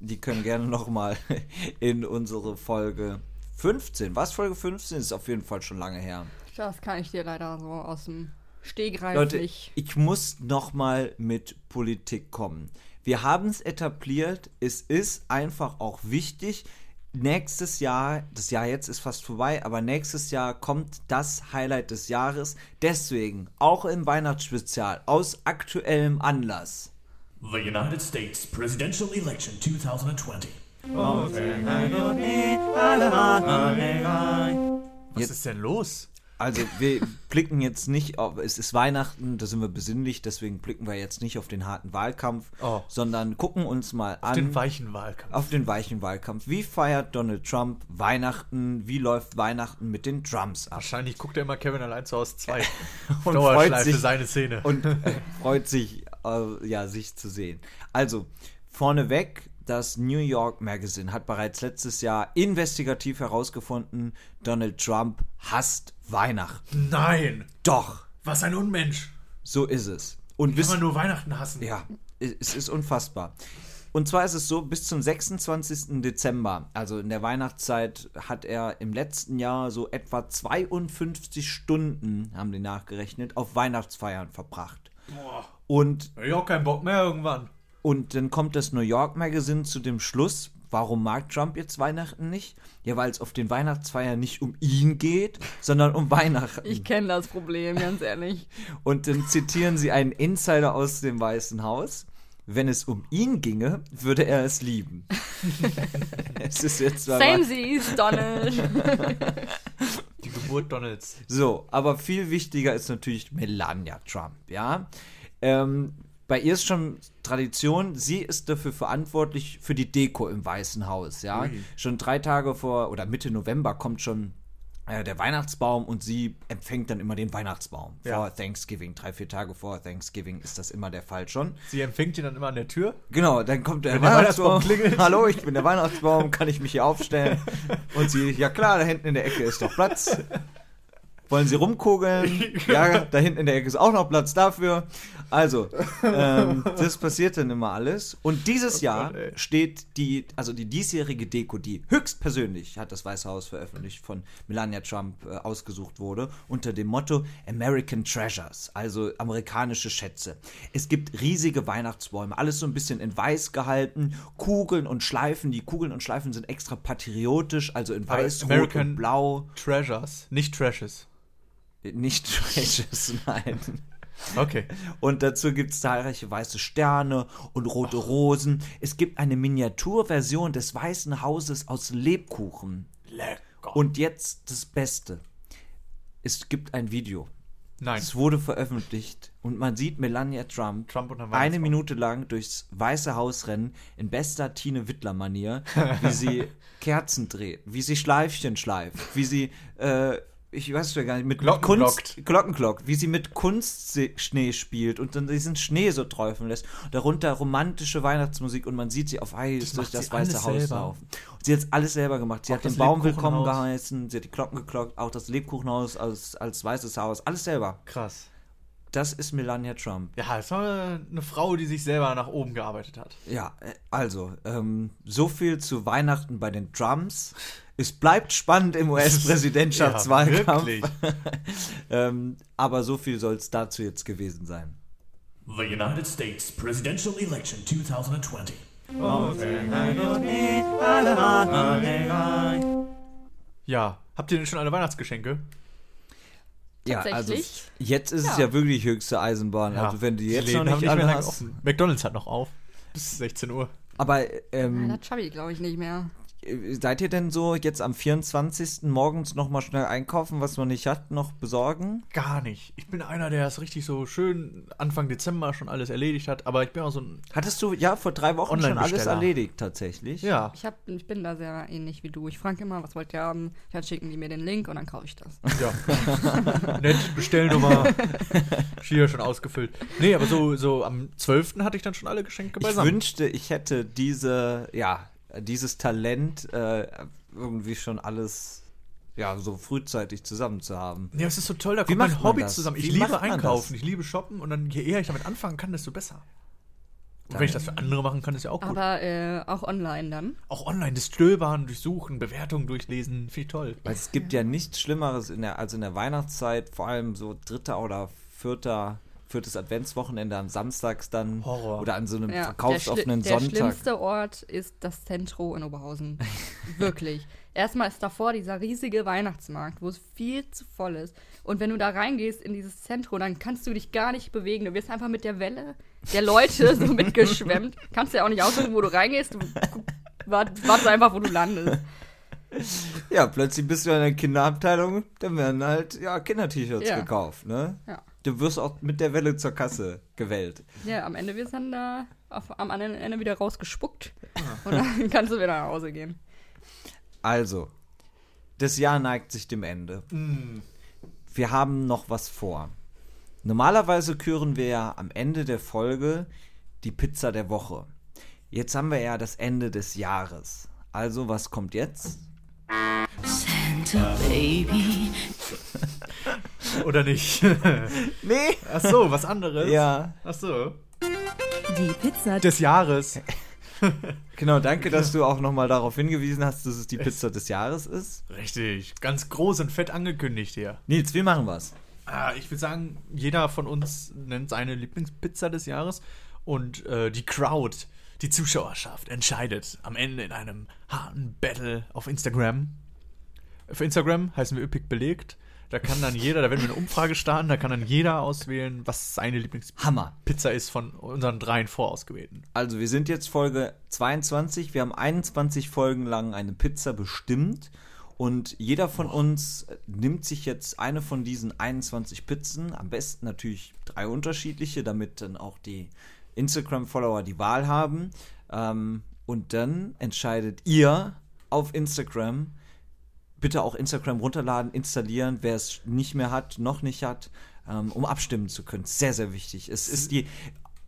Speaker 1: Die können gerne nochmal in unsere Folge 15. Was Folge 15 ist auf jeden Fall schon lange her.
Speaker 3: Das kann ich dir leider so aus dem Stegreif
Speaker 1: Leute,
Speaker 3: nicht.
Speaker 1: ich muss nochmal mit Politik kommen. Wir haben es etabliert, es ist einfach auch wichtig. Nächstes Jahr, das Jahr jetzt ist fast vorbei, aber nächstes Jahr kommt das Highlight des Jahres. Deswegen auch im Weihnachtsspezial aus aktuellem Anlass.
Speaker 5: The United States presidential election 2020.
Speaker 2: Was
Speaker 1: Jetzt-
Speaker 2: ist denn los?
Speaker 1: Also wir blicken jetzt nicht auf, es ist Weihnachten, da sind wir besinnlich, deswegen blicken wir jetzt nicht auf den harten Wahlkampf,
Speaker 2: Oh.
Speaker 1: sondern gucken uns mal an.
Speaker 2: Den weichen Wahlkampf.
Speaker 1: auf den weichen Wahlkampf. Wie feiert Donald Trump Weihnachten? Wie läuft Weihnachten mit den Trumps ab?
Speaker 2: Wahrscheinlich guckt er immer Kevin allein zu Hause 2.
Speaker 1: Und freut
Speaker 2: Dauerschleife
Speaker 1: sich-
Speaker 2: seine Szene.
Speaker 1: Und äh, freut sich, äh, ja, sich zu sehen. Also, vorneweg, das New York Magazine hat bereits letztes Jahr investigativ herausgefunden, Donald Trump hasst Weihnachten.
Speaker 2: Nein!
Speaker 1: Doch,
Speaker 2: Was ein Unmensch!
Speaker 1: so ist es. Und
Speaker 2: Kann
Speaker 1: wissen
Speaker 2: man nur Weihnachten hassen.
Speaker 1: Ja, es ist unfassbar. Und zwar ist es so, bis zum 26. Dezember, also in der Weihnachtszeit, hat er im letzten Jahr so etwa 52 Stunden, haben die nachgerechnet, auf Weihnachtsfeiern verbracht. Und,
Speaker 2: Ich hab auch keinen Bock mehr irgendwann.
Speaker 1: und dann kommt das New York Magazine zu dem Schluss, warum mag Trump jetzt Weihnachten nicht? Ja, weil es auf den Weihnachtsfeiern nicht um ihn geht, sondern um Weihnachten.
Speaker 3: Ich kenne das Problem, ganz ehrlich.
Speaker 1: Und dann zitieren sie einen Insider aus dem Weißen Haus. Wenn es um ihn ginge, würde er es lieben. es ist jetzt zwar
Speaker 3: Same sees, Donald.
Speaker 2: Die Geburt Donalds.
Speaker 1: so, aber viel wichtiger ist natürlich Melania Trump, ja. Ähm, bei ihr ist schon Tradition, sie ist dafür verantwortlich für die Deko im Weißen Haus, ja. Schon drei Tage vor oder Mitte November kommt schon äh, der Weihnachtsbaum und sie empfängt dann immer den Weihnachtsbaum
Speaker 2: Ja.
Speaker 1: vor Thanksgiving. Drei, vier Tage vor Thanksgiving ist das immer der Fall schon.
Speaker 2: Sie empfängt ihn dann immer an der Tür.
Speaker 1: Genau, dann kommt der,
Speaker 2: Wenn der
Speaker 1: Weihnachtsbaum.
Speaker 2: Weihnachtsbaum klingelt.
Speaker 1: Hallo, ich bin der Weihnachtsbaum, kann ich mich hier aufstellen? Und sie, ja klar, da hinten in der Ecke ist doch Platz. Wollen Sie rumkugeln? Ja, da hinten in der Ecke ist auch noch Platz dafür. Also, ähm, das passiert dann immer alles. Und dieses Jahr
Speaker 2: Oh Gott, ey.
Speaker 1: steht die, also die diesjährige Deko, die höchstpersönlich, hat das Weiße Haus veröffentlicht, von Melania Trump äh, ausgesucht wurde, unter dem Motto American Treasures, also amerikanische Schätze. Es gibt riesige Weihnachtsbäume, alles so ein bisschen in weiß gehalten, Kugeln und Schleifen. Die Kugeln und Schleifen sind extra patriotisch, also in
Speaker 2: Aber
Speaker 1: weiß, rot
Speaker 2: American-
Speaker 1: und blau.
Speaker 2: Treasures, nicht Trashes.
Speaker 1: Nicht Treasures, nein.
Speaker 2: Okay.
Speaker 1: Und dazu gibt es zahlreiche weiße Sterne und rote Rosen. Es gibt eine Miniaturversion des Weißen Hauses aus Lebkuchen.
Speaker 2: Lecker.
Speaker 1: Und jetzt das Beste. Es gibt ein Video.
Speaker 2: Nein.
Speaker 1: Es wurde veröffentlicht und man sieht Melania Trump,
Speaker 2: Trump und der Weihnachtsbaum.
Speaker 1: eine Minute lang durchs Weiße Haus rennen in bester Tine Wittler-Manier, wie sie Kerzen dreht, wie sie Schleifchen schleift, wie sie äh, ich weiß ja gar nicht, mit
Speaker 2: Glockenglockt.
Speaker 1: Kunst, Glockenglockt, wie sie mit Kunstschnee spielt und dann diesen Schnee so träufeln lässt. Darunter romantische Weihnachtsmusik und man sieht sie auf Eis
Speaker 2: Das
Speaker 1: durch
Speaker 2: macht
Speaker 1: das
Speaker 2: sie
Speaker 1: Weiße
Speaker 2: alles
Speaker 1: Haus
Speaker 2: selber.
Speaker 1: laufen. Und sie hat alles selber gemacht. Sie
Speaker 2: Auch
Speaker 1: hat
Speaker 2: das
Speaker 1: den Baum willkommen
Speaker 2: Lebkuchenhaus.
Speaker 1: geheißen, sie hat die Glocken geklockt, auch das Lebkuchenhaus als, als Weißes Haus, alles selber.
Speaker 2: Krass.
Speaker 1: Das ist Melania Trump.
Speaker 2: Ja, es war eine, eine Frau, die sich selber nach oben gearbeitet hat.
Speaker 1: Ja, äh, also, ähm, so viel zu Weihnachten bei den Trumps. Es bleibt spannend im US-Präsidentschaftswahlkampf.
Speaker 2: wirklich.
Speaker 1: ähm, aber so viel soll es dazu jetzt gewesen sein.
Speaker 5: The United States presidential election 2020.
Speaker 2: Ja. Habt ihr denn schon alle Weihnachtsgeschenke?
Speaker 1: Ja, also
Speaker 3: Tatsächlich.
Speaker 1: jetzt ist es
Speaker 3: Ja.
Speaker 1: ja wirklich höchste Eisenbahn. Also wenn du jetzt noch
Speaker 2: Läden
Speaker 1: nicht,
Speaker 2: haben
Speaker 1: alle
Speaker 2: mehr lange
Speaker 1: hast.
Speaker 2: offen. McDonalds hat noch auf. Bis 16 Uhr.
Speaker 1: Aber
Speaker 3: Ja,
Speaker 1: ähm,
Speaker 3: das schaffe ich, glaube ich, nicht mehr.
Speaker 1: seid ihr denn so jetzt am 24. morgens nochmal schnell einkaufen, was man nicht hat, noch besorgen?
Speaker 2: Gar nicht. Ich bin einer, der es richtig so schön Anfang Dezember schon alles erledigt hat, aber ich bin auch so ein.
Speaker 1: Hattest du ja vor drei Wochen schon
Speaker 2: Online-Besteller.
Speaker 1: alles erledigt tatsächlich?
Speaker 2: Ja.
Speaker 3: Ich, hab, ich bin da sehr ähnlich wie du. Ich frage immer, was wollt ihr haben? Dann schicken die mir den Link und dann kaufe ich das.
Speaker 2: ja. Nett, Bestellnummer. Schier schon ausgefüllt. Nee, aber so, so am 12. hatte ich dann schon alle Geschenke
Speaker 1: Ich
Speaker 2: beisammen.
Speaker 1: wünschte, ich hätte diese, ja, dieses Talent äh, irgendwie schon alles ja, so frühzeitig zusammen zu haben.
Speaker 2: Ja, es ist so toll, da kommt
Speaker 1: macht
Speaker 2: mein
Speaker 1: man
Speaker 2: Hobby
Speaker 1: das?
Speaker 2: zusammen.
Speaker 1: Wie
Speaker 2: Ich
Speaker 1: macht
Speaker 2: liebe
Speaker 1: man
Speaker 2: Einkaufen,
Speaker 1: das?
Speaker 2: ich liebe Shoppen und dann je eher ich damit anfangen kann, desto besser. Und
Speaker 1: Dann-
Speaker 2: wenn ich das für andere machen kann, ist ja auch gut.
Speaker 3: Aber äh, auch online dann.
Speaker 2: auch online das Stöbern, durchsuchen, Bewertungen durchlesen, viel toll.
Speaker 1: Weil es gibt ja nichts Schlimmeres in der, als in der Weihnachtszeit, vor allem so dritter oder vierter, viertes Adventswochenende am Samstags dann
Speaker 2: Horror.
Speaker 1: oder an so einem
Speaker 3: Ja,
Speaker 1: verkaufsoffenen
Speaker 3: der, schli- Der
Speaker 1: Sonntag.
Speaker 3: schlimmste Ort ist das Zentro in Oberhausen. Wirklich. Erstmal ist davor dieser riesige Weihnachtsmarkt, wo es viel zu voll ist. Und wenn du da reingehst in dieses Zentro, dann kannst du dich gar nicht bewegen. Du wirst einfach mit der Welle der Leute so mitgeschwemmt. Kannst ja auch nicht aussuchen, wo du reingehst. Du gu- wart- wartest einfach, wo du landest.
Speaker 1: Ja, plötzlich bist du in der Kinderabteilung, dann werden halt ja, Kinder-T-Shirts
Speaker 3: Ja.
Speaker 1: gekauft, ne?
Speaker 3: Ja.
Speaker 1: Du wirst auch mit der Welle zur Kasse gewählt.
Speaker 3: Ja, am Ende wirst du dann da auf, am anderen Ende wieder rausgespuckt. Und dann kannst du wieder nach Hause gehen.
Speaker 1: Also, das Jahr neigt sich dem Ende. Wir haben noch was vor. Normalerweise küren wir ja am Ende der Folge die Pizza der Woche. Jetzt haben wir ja das Ende des Jahres. Also, was kommt jetzt?
Speaker 2: Oder nicht?
Speaker 1: Nee!
Speaker 2: Ach so, was anderes?
Speaker 1: Ja,
Speaker 2: Ach so.
Speaker 4: Die Pizza
Speaker 2: Des Jahres.
Speaker 1: genau, danke, dass du auch nochmal darauf hingewiesen hast, dass es die Pizza des Jahres ist.
Speaker 2: Richtig, ganz groß und fett angekündigt hier.
Speaker 1: Nils, wir machen was.
Speaker 2: Ah, ich würde sagen, jeder von uns nennt seine Lieblingspizza des Jahres und äh, die Crowd, die Zuschauerschaft, entscheidet am Ende in einem harten Battle auf Instagram. Auf Instagram heißen wir üppig belegt. Da kann dann jeder, da werden wir eine Umfrage starten, da kann dann jeder auswählen, was seine Lieblingspizza
Speaker 1: Hammer.
Speaker 2: ist von unseren dreien vorausgewählten.
Speaker 1: Also wir sind jetzt Folge 22. Wir haben 21 Folgen lang eine Pizza bestimmt. Und jeder von uns nimmt sich jetzt eine von diesen 21 Pizzen, am besten natürlich drei unterschiedliche, damit dann auch die Instagram-Follower die Wahl haben. Ähm, und dann entscheidet ihr auf Instagram, bitte auch Instagram runterladen, installieren, wer es nicht mehr hat, noch nicht hat, ähm, um abstimmen zu können. Sehr, sehr wichtig. Es ist die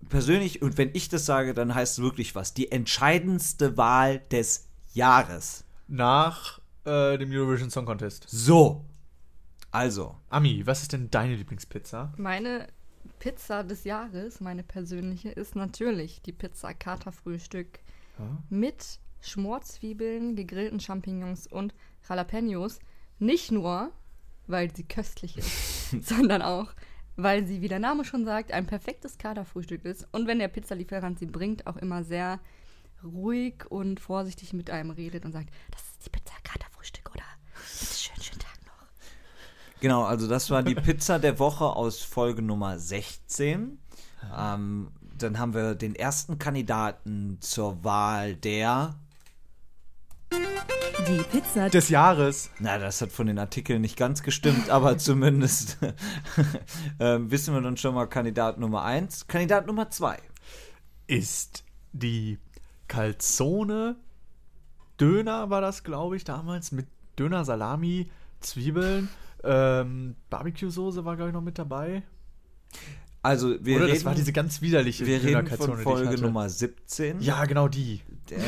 Speaker 1: persönlich, und wenn ich das sage, dann heißt es wirklich was, die entscheidendste Wahl des Jahres.
Speaker 2: Nach äh, dem Eurovision Song Contest.
Speaker 1: So. Also,
Speaker 2: Ami, was ist denn deine Lieblingspizza?
Speaker 3: Meine Pizza des Jahres, meine persönliche, ist natürlich die Pizza Katerfrühstück mit Schmorzwiebeln, gegrillten Champignons und Jalapenos. Nicht nur, weil sie köstlich ist, sondern auch, weil sie, wie der Name schon sagt, ein perfektes Katerfrühstück ist. Und wenn der Pizzalieferant sie bringt, auch immer sehr ruhig und vorsichtig mit einem redet und sagt, das ist die Pizza Katerfrühstück, oder? Bitte schön, schönen Tag noch.
Speaker 1: genau, also das war die Pizza der Woche aus Folge Nummer 16. Ähm, dann haben wir den ersten Kandidaten zur Wahl der.
Speaker 4: Die Pizza
Speaker 2: Des Jahres.
Speaker 1: Na, das hat von den Artikeln nicht ganz gestimmt, aber zumindest ähm, wissen wir dann schon mal Kandidat Nummer 1. Kandidat Nummer 2.
Speaker 2: ist die Calzone Döner war das, glaube ich, damals mit Döner Salami, Zwiebeln, Ähm, Barbecue-Soße war, glaube ich, noch mit dabei.
Speaker 1: Also, wir
Speaker 2: Oder
Speaker 1: reden,
Speaker 2: das war diese ganz widerliche
Speaker 1: wir reden
Speaker 2: Dönerkalzone,
Speaker 1: von
Speaker 2: die ich
Speaker 1: Folge
Speaker 2: hatte.
Speaker 1: Nummer 17.
Speaker 2: Ja, genau die.
Speaker 1: Der,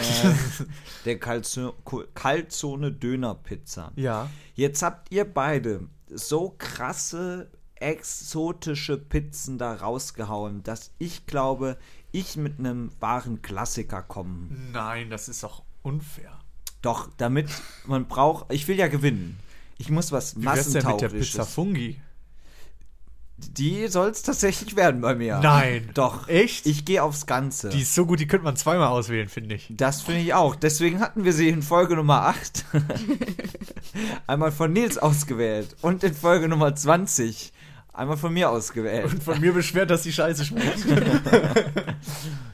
Speaker 1: der Calzo- Ko- Calzone Dönerpizza.
Speaker 2: Ja.
Speaker 1: Jetzt habt ihr beide so krasse exotische Pizzen da rausgehauen, dass ich glaube, ich mit einem wahren Klassiker kommen.
Speaker 2: Nein, das ist doch unfair.
Speaker 1: Doch, damit man braucht, ich will ja gewinnen. Ich muss was
Speaker 2: Wie wär's denn mit der Pizza
Speaker 1: massentaugliches.
Speaker 2: Fungi?
Speaker 1: Die soll es tatsächlich werden bei mir.
Speaker 2: Nein.
Speaker 1: Doch.
Speaker 2: Echt?
Speaker 1: Ich gehe aufs Ganze.
Speaker 2: Die ist so gut, die könnte man zweimal auswählen, finde ich.
Speaker 1: Das finde ich auch. Deswegen hatten wir sie in Folge Nummer 8 einmal von Nils ausgewählt und in Folge Nummer 20 einmal von mir ausgewählt.
Speaker 2: Und von mir beschwert, dass die scheiße schmeckt.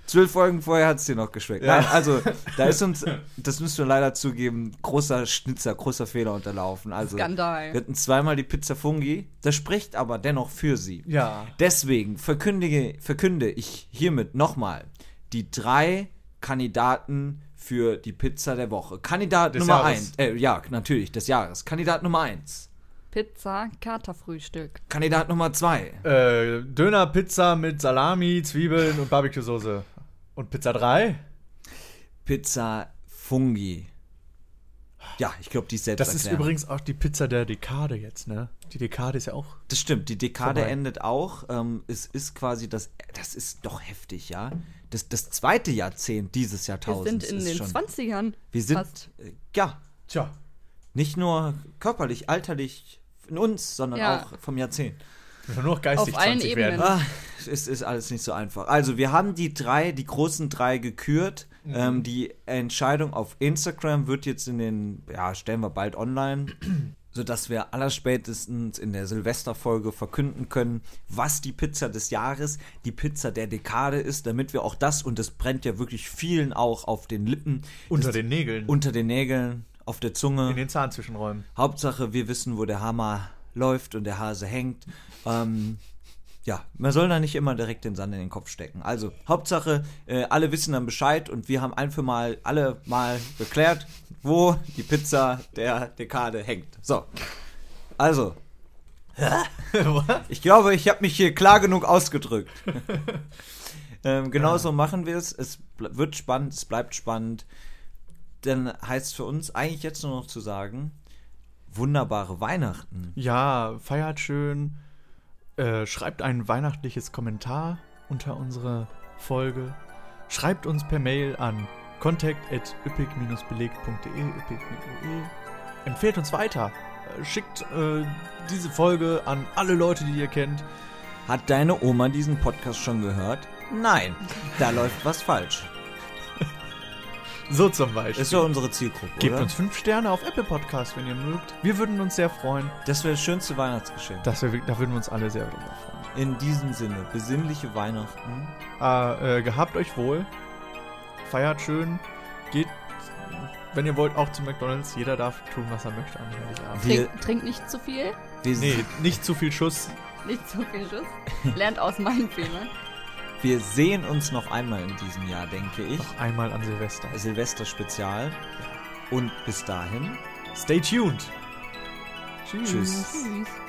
Speaker 1: Zwölf Folgen vorher hat es dir noch geschmeckt.
Speaker 2: Ja.
Speaker 1: Nein, also, da ist uns, das müssen wir leider zugeben, großer Schnitzer, großer Fehler unterlaufen. Also,
Speaker 3: Skandal.
Speaker 1: wir hatten zweimal die Pizza Fungi. Das spricht aber dennoch für sie.
Speaker 2: Ja.
Speaker 1: Deswegen verkündige, verkünde ich hiermit nochmal die drei Kandidaten für die Pizza der Woche. Kandidat
Speaker 2: Des
Speaker 1: Nummer
Speaker 2: Jahres.
Speaker 1: eins. Äh, ja, natürlich, des Jahres. Kandidat Nummer eins.
Speaker 3: Pizza, Katerfrühstück.
Speaker 1: Kandidat Nummer zwei.
Speaker 2: Äh, Döner, Pizza mit Salami, Zwiebeln und Barbecue-Soße. Und Pizza 3?
Speaker 1: Pizza Fungi. Ja, ich glaube, die ist selbst
Speaker 2: Das ist übrigens auch die Pizza der Dekade jetzt, ne? Die Dekade ist ja auch.
Speaker 1: Das stimmt, die Dekade
Speaker 2: Vorbei.
Speaker 1: endet auch. Ähm, es ist quasi das, das ist doch heftig, ja. Das, das zweite Jahrzehnt dieses
Speaker 3: Wir sind
Speaker 1: Jahrtausends
Speaker 3: in
Speaker 1: ist
Speaker 3: den
Speaker 1: schon.
Speaker 3: 20ern.
Speaker 1: wir sind,
Speaker 3: fast.
Speaker 1: äh, ja,
Speaker 2: Tja.
Speaker 1: nicht nur körperlich, alterlich in uns, sondern
Speaker 3: Ja.
Speaker 1: auch vom Jahrzehnt.
Speaker 2: Wir können nur noch geistig
Speaker 3: Auf allen
Speaker 2: 20
Speaker 3: Ebenen.
Speaker 2: werden.
Speaker 1: Ah, es ist alles nicht so einfach. Also wir haben die drei, die großen drei gekürt.
Speaker 2: Mhm.
Speaker 1: Ähm, die Entscheidung auf Instagram wird jetzt in den, ja, stellen wir bald online, sodass wir allerspätestens in der Silvesterfolge verkünden können, was die Pizza des Jahres, die Pizza der Dekade ist, damit wir auch das, und das brennt ja wirklich vielen auch auf den Lippen,
Speaker 2: Unter
Speaker 1: das-
Speaker 2: den Nägeln.
Speaker 1: unter den Nägeln, auf der Zunge.
Speaker 2: in den Zahnzwischenräumen.
Speaker 1: Hauptsache, wir wissen, wo der Hammer läuft und der Hase hängt. Ähm, ja, man soll da nicht immer direkt den Sand in den Kopf stecken. Also, Hauptsache, äh, alle wissen dann Bescheid und wir haben einfach mal alle mal geklärt, wo die Pizza der Dekade hängt. So. Also, ich glaube, ich habe mich hier klar genug ausgedrückt. ähm, genauso machen wir es. Es bl- wird spannend, es bleibt spannend. Dann heißt es für uns eigentlich jetzt nur noch zu sagen, wunderbare Weihnachten.
Speaker 2: Ja, feiert schön. Äh, schreibt ein weihnachtliches Kommentar unter unsere Folge. Schreibt uns per Mail an contact.üppig-belegt.de. Üppig mit UE. Empfehlt uns weiter. Äh, Schickt äh, diese Folge an alle Leute, die ihr kennt.
Speaker 1: Hat deine Oma diesen Podcast schon gehört? Nein, da läuft was falsch.
Speaker 2: So zum Beispiel.
Speaker 1: Ist ja unsere Zielgruppe,
Speaker 2: Gebt
Speaker 1: oder?
Speaker 2: uns 5 Sterne auf Apple Podcast, wenn ihr mögt. Wir würden uns sehr freuen.
Speaker 1: Das wäre das schönste Weihnachtsgeschenk.
Speaker 2: Das wär, da würden wir uns alle sehr drüber freuen.
Speaker 1: In diesem Sinne, besinnliche Weihnachten.
Speaker 2: Äh, äh, gehabt euch wohl. Feiert schön. Geht, wenn ihr wollt, auch zu McDonalds. Jeder darf tun, was er möchte an Heiligabend.
Speaker 1: Wir-
Speaker 3: Trink, trink nicht zu viel.
Speaker 1: Wir,
Speaker 2: Nee, nicht zu viel Schuss.
Speaker 3: Nicht zu viel Schuss. Lernt aus meinen Fehlern.
Speaker 1: wir sehen uns noch einmal in diesem Jahr, denke ich.
Speaker 2: Noch einmal an Silvester.
Speaker 1: Silvester-Spezial. Und bis dahin.
Speaker 2: Stay tuned. Tschüss.
Speaker 1: Tschüss.
Speaker 3: Tschüss.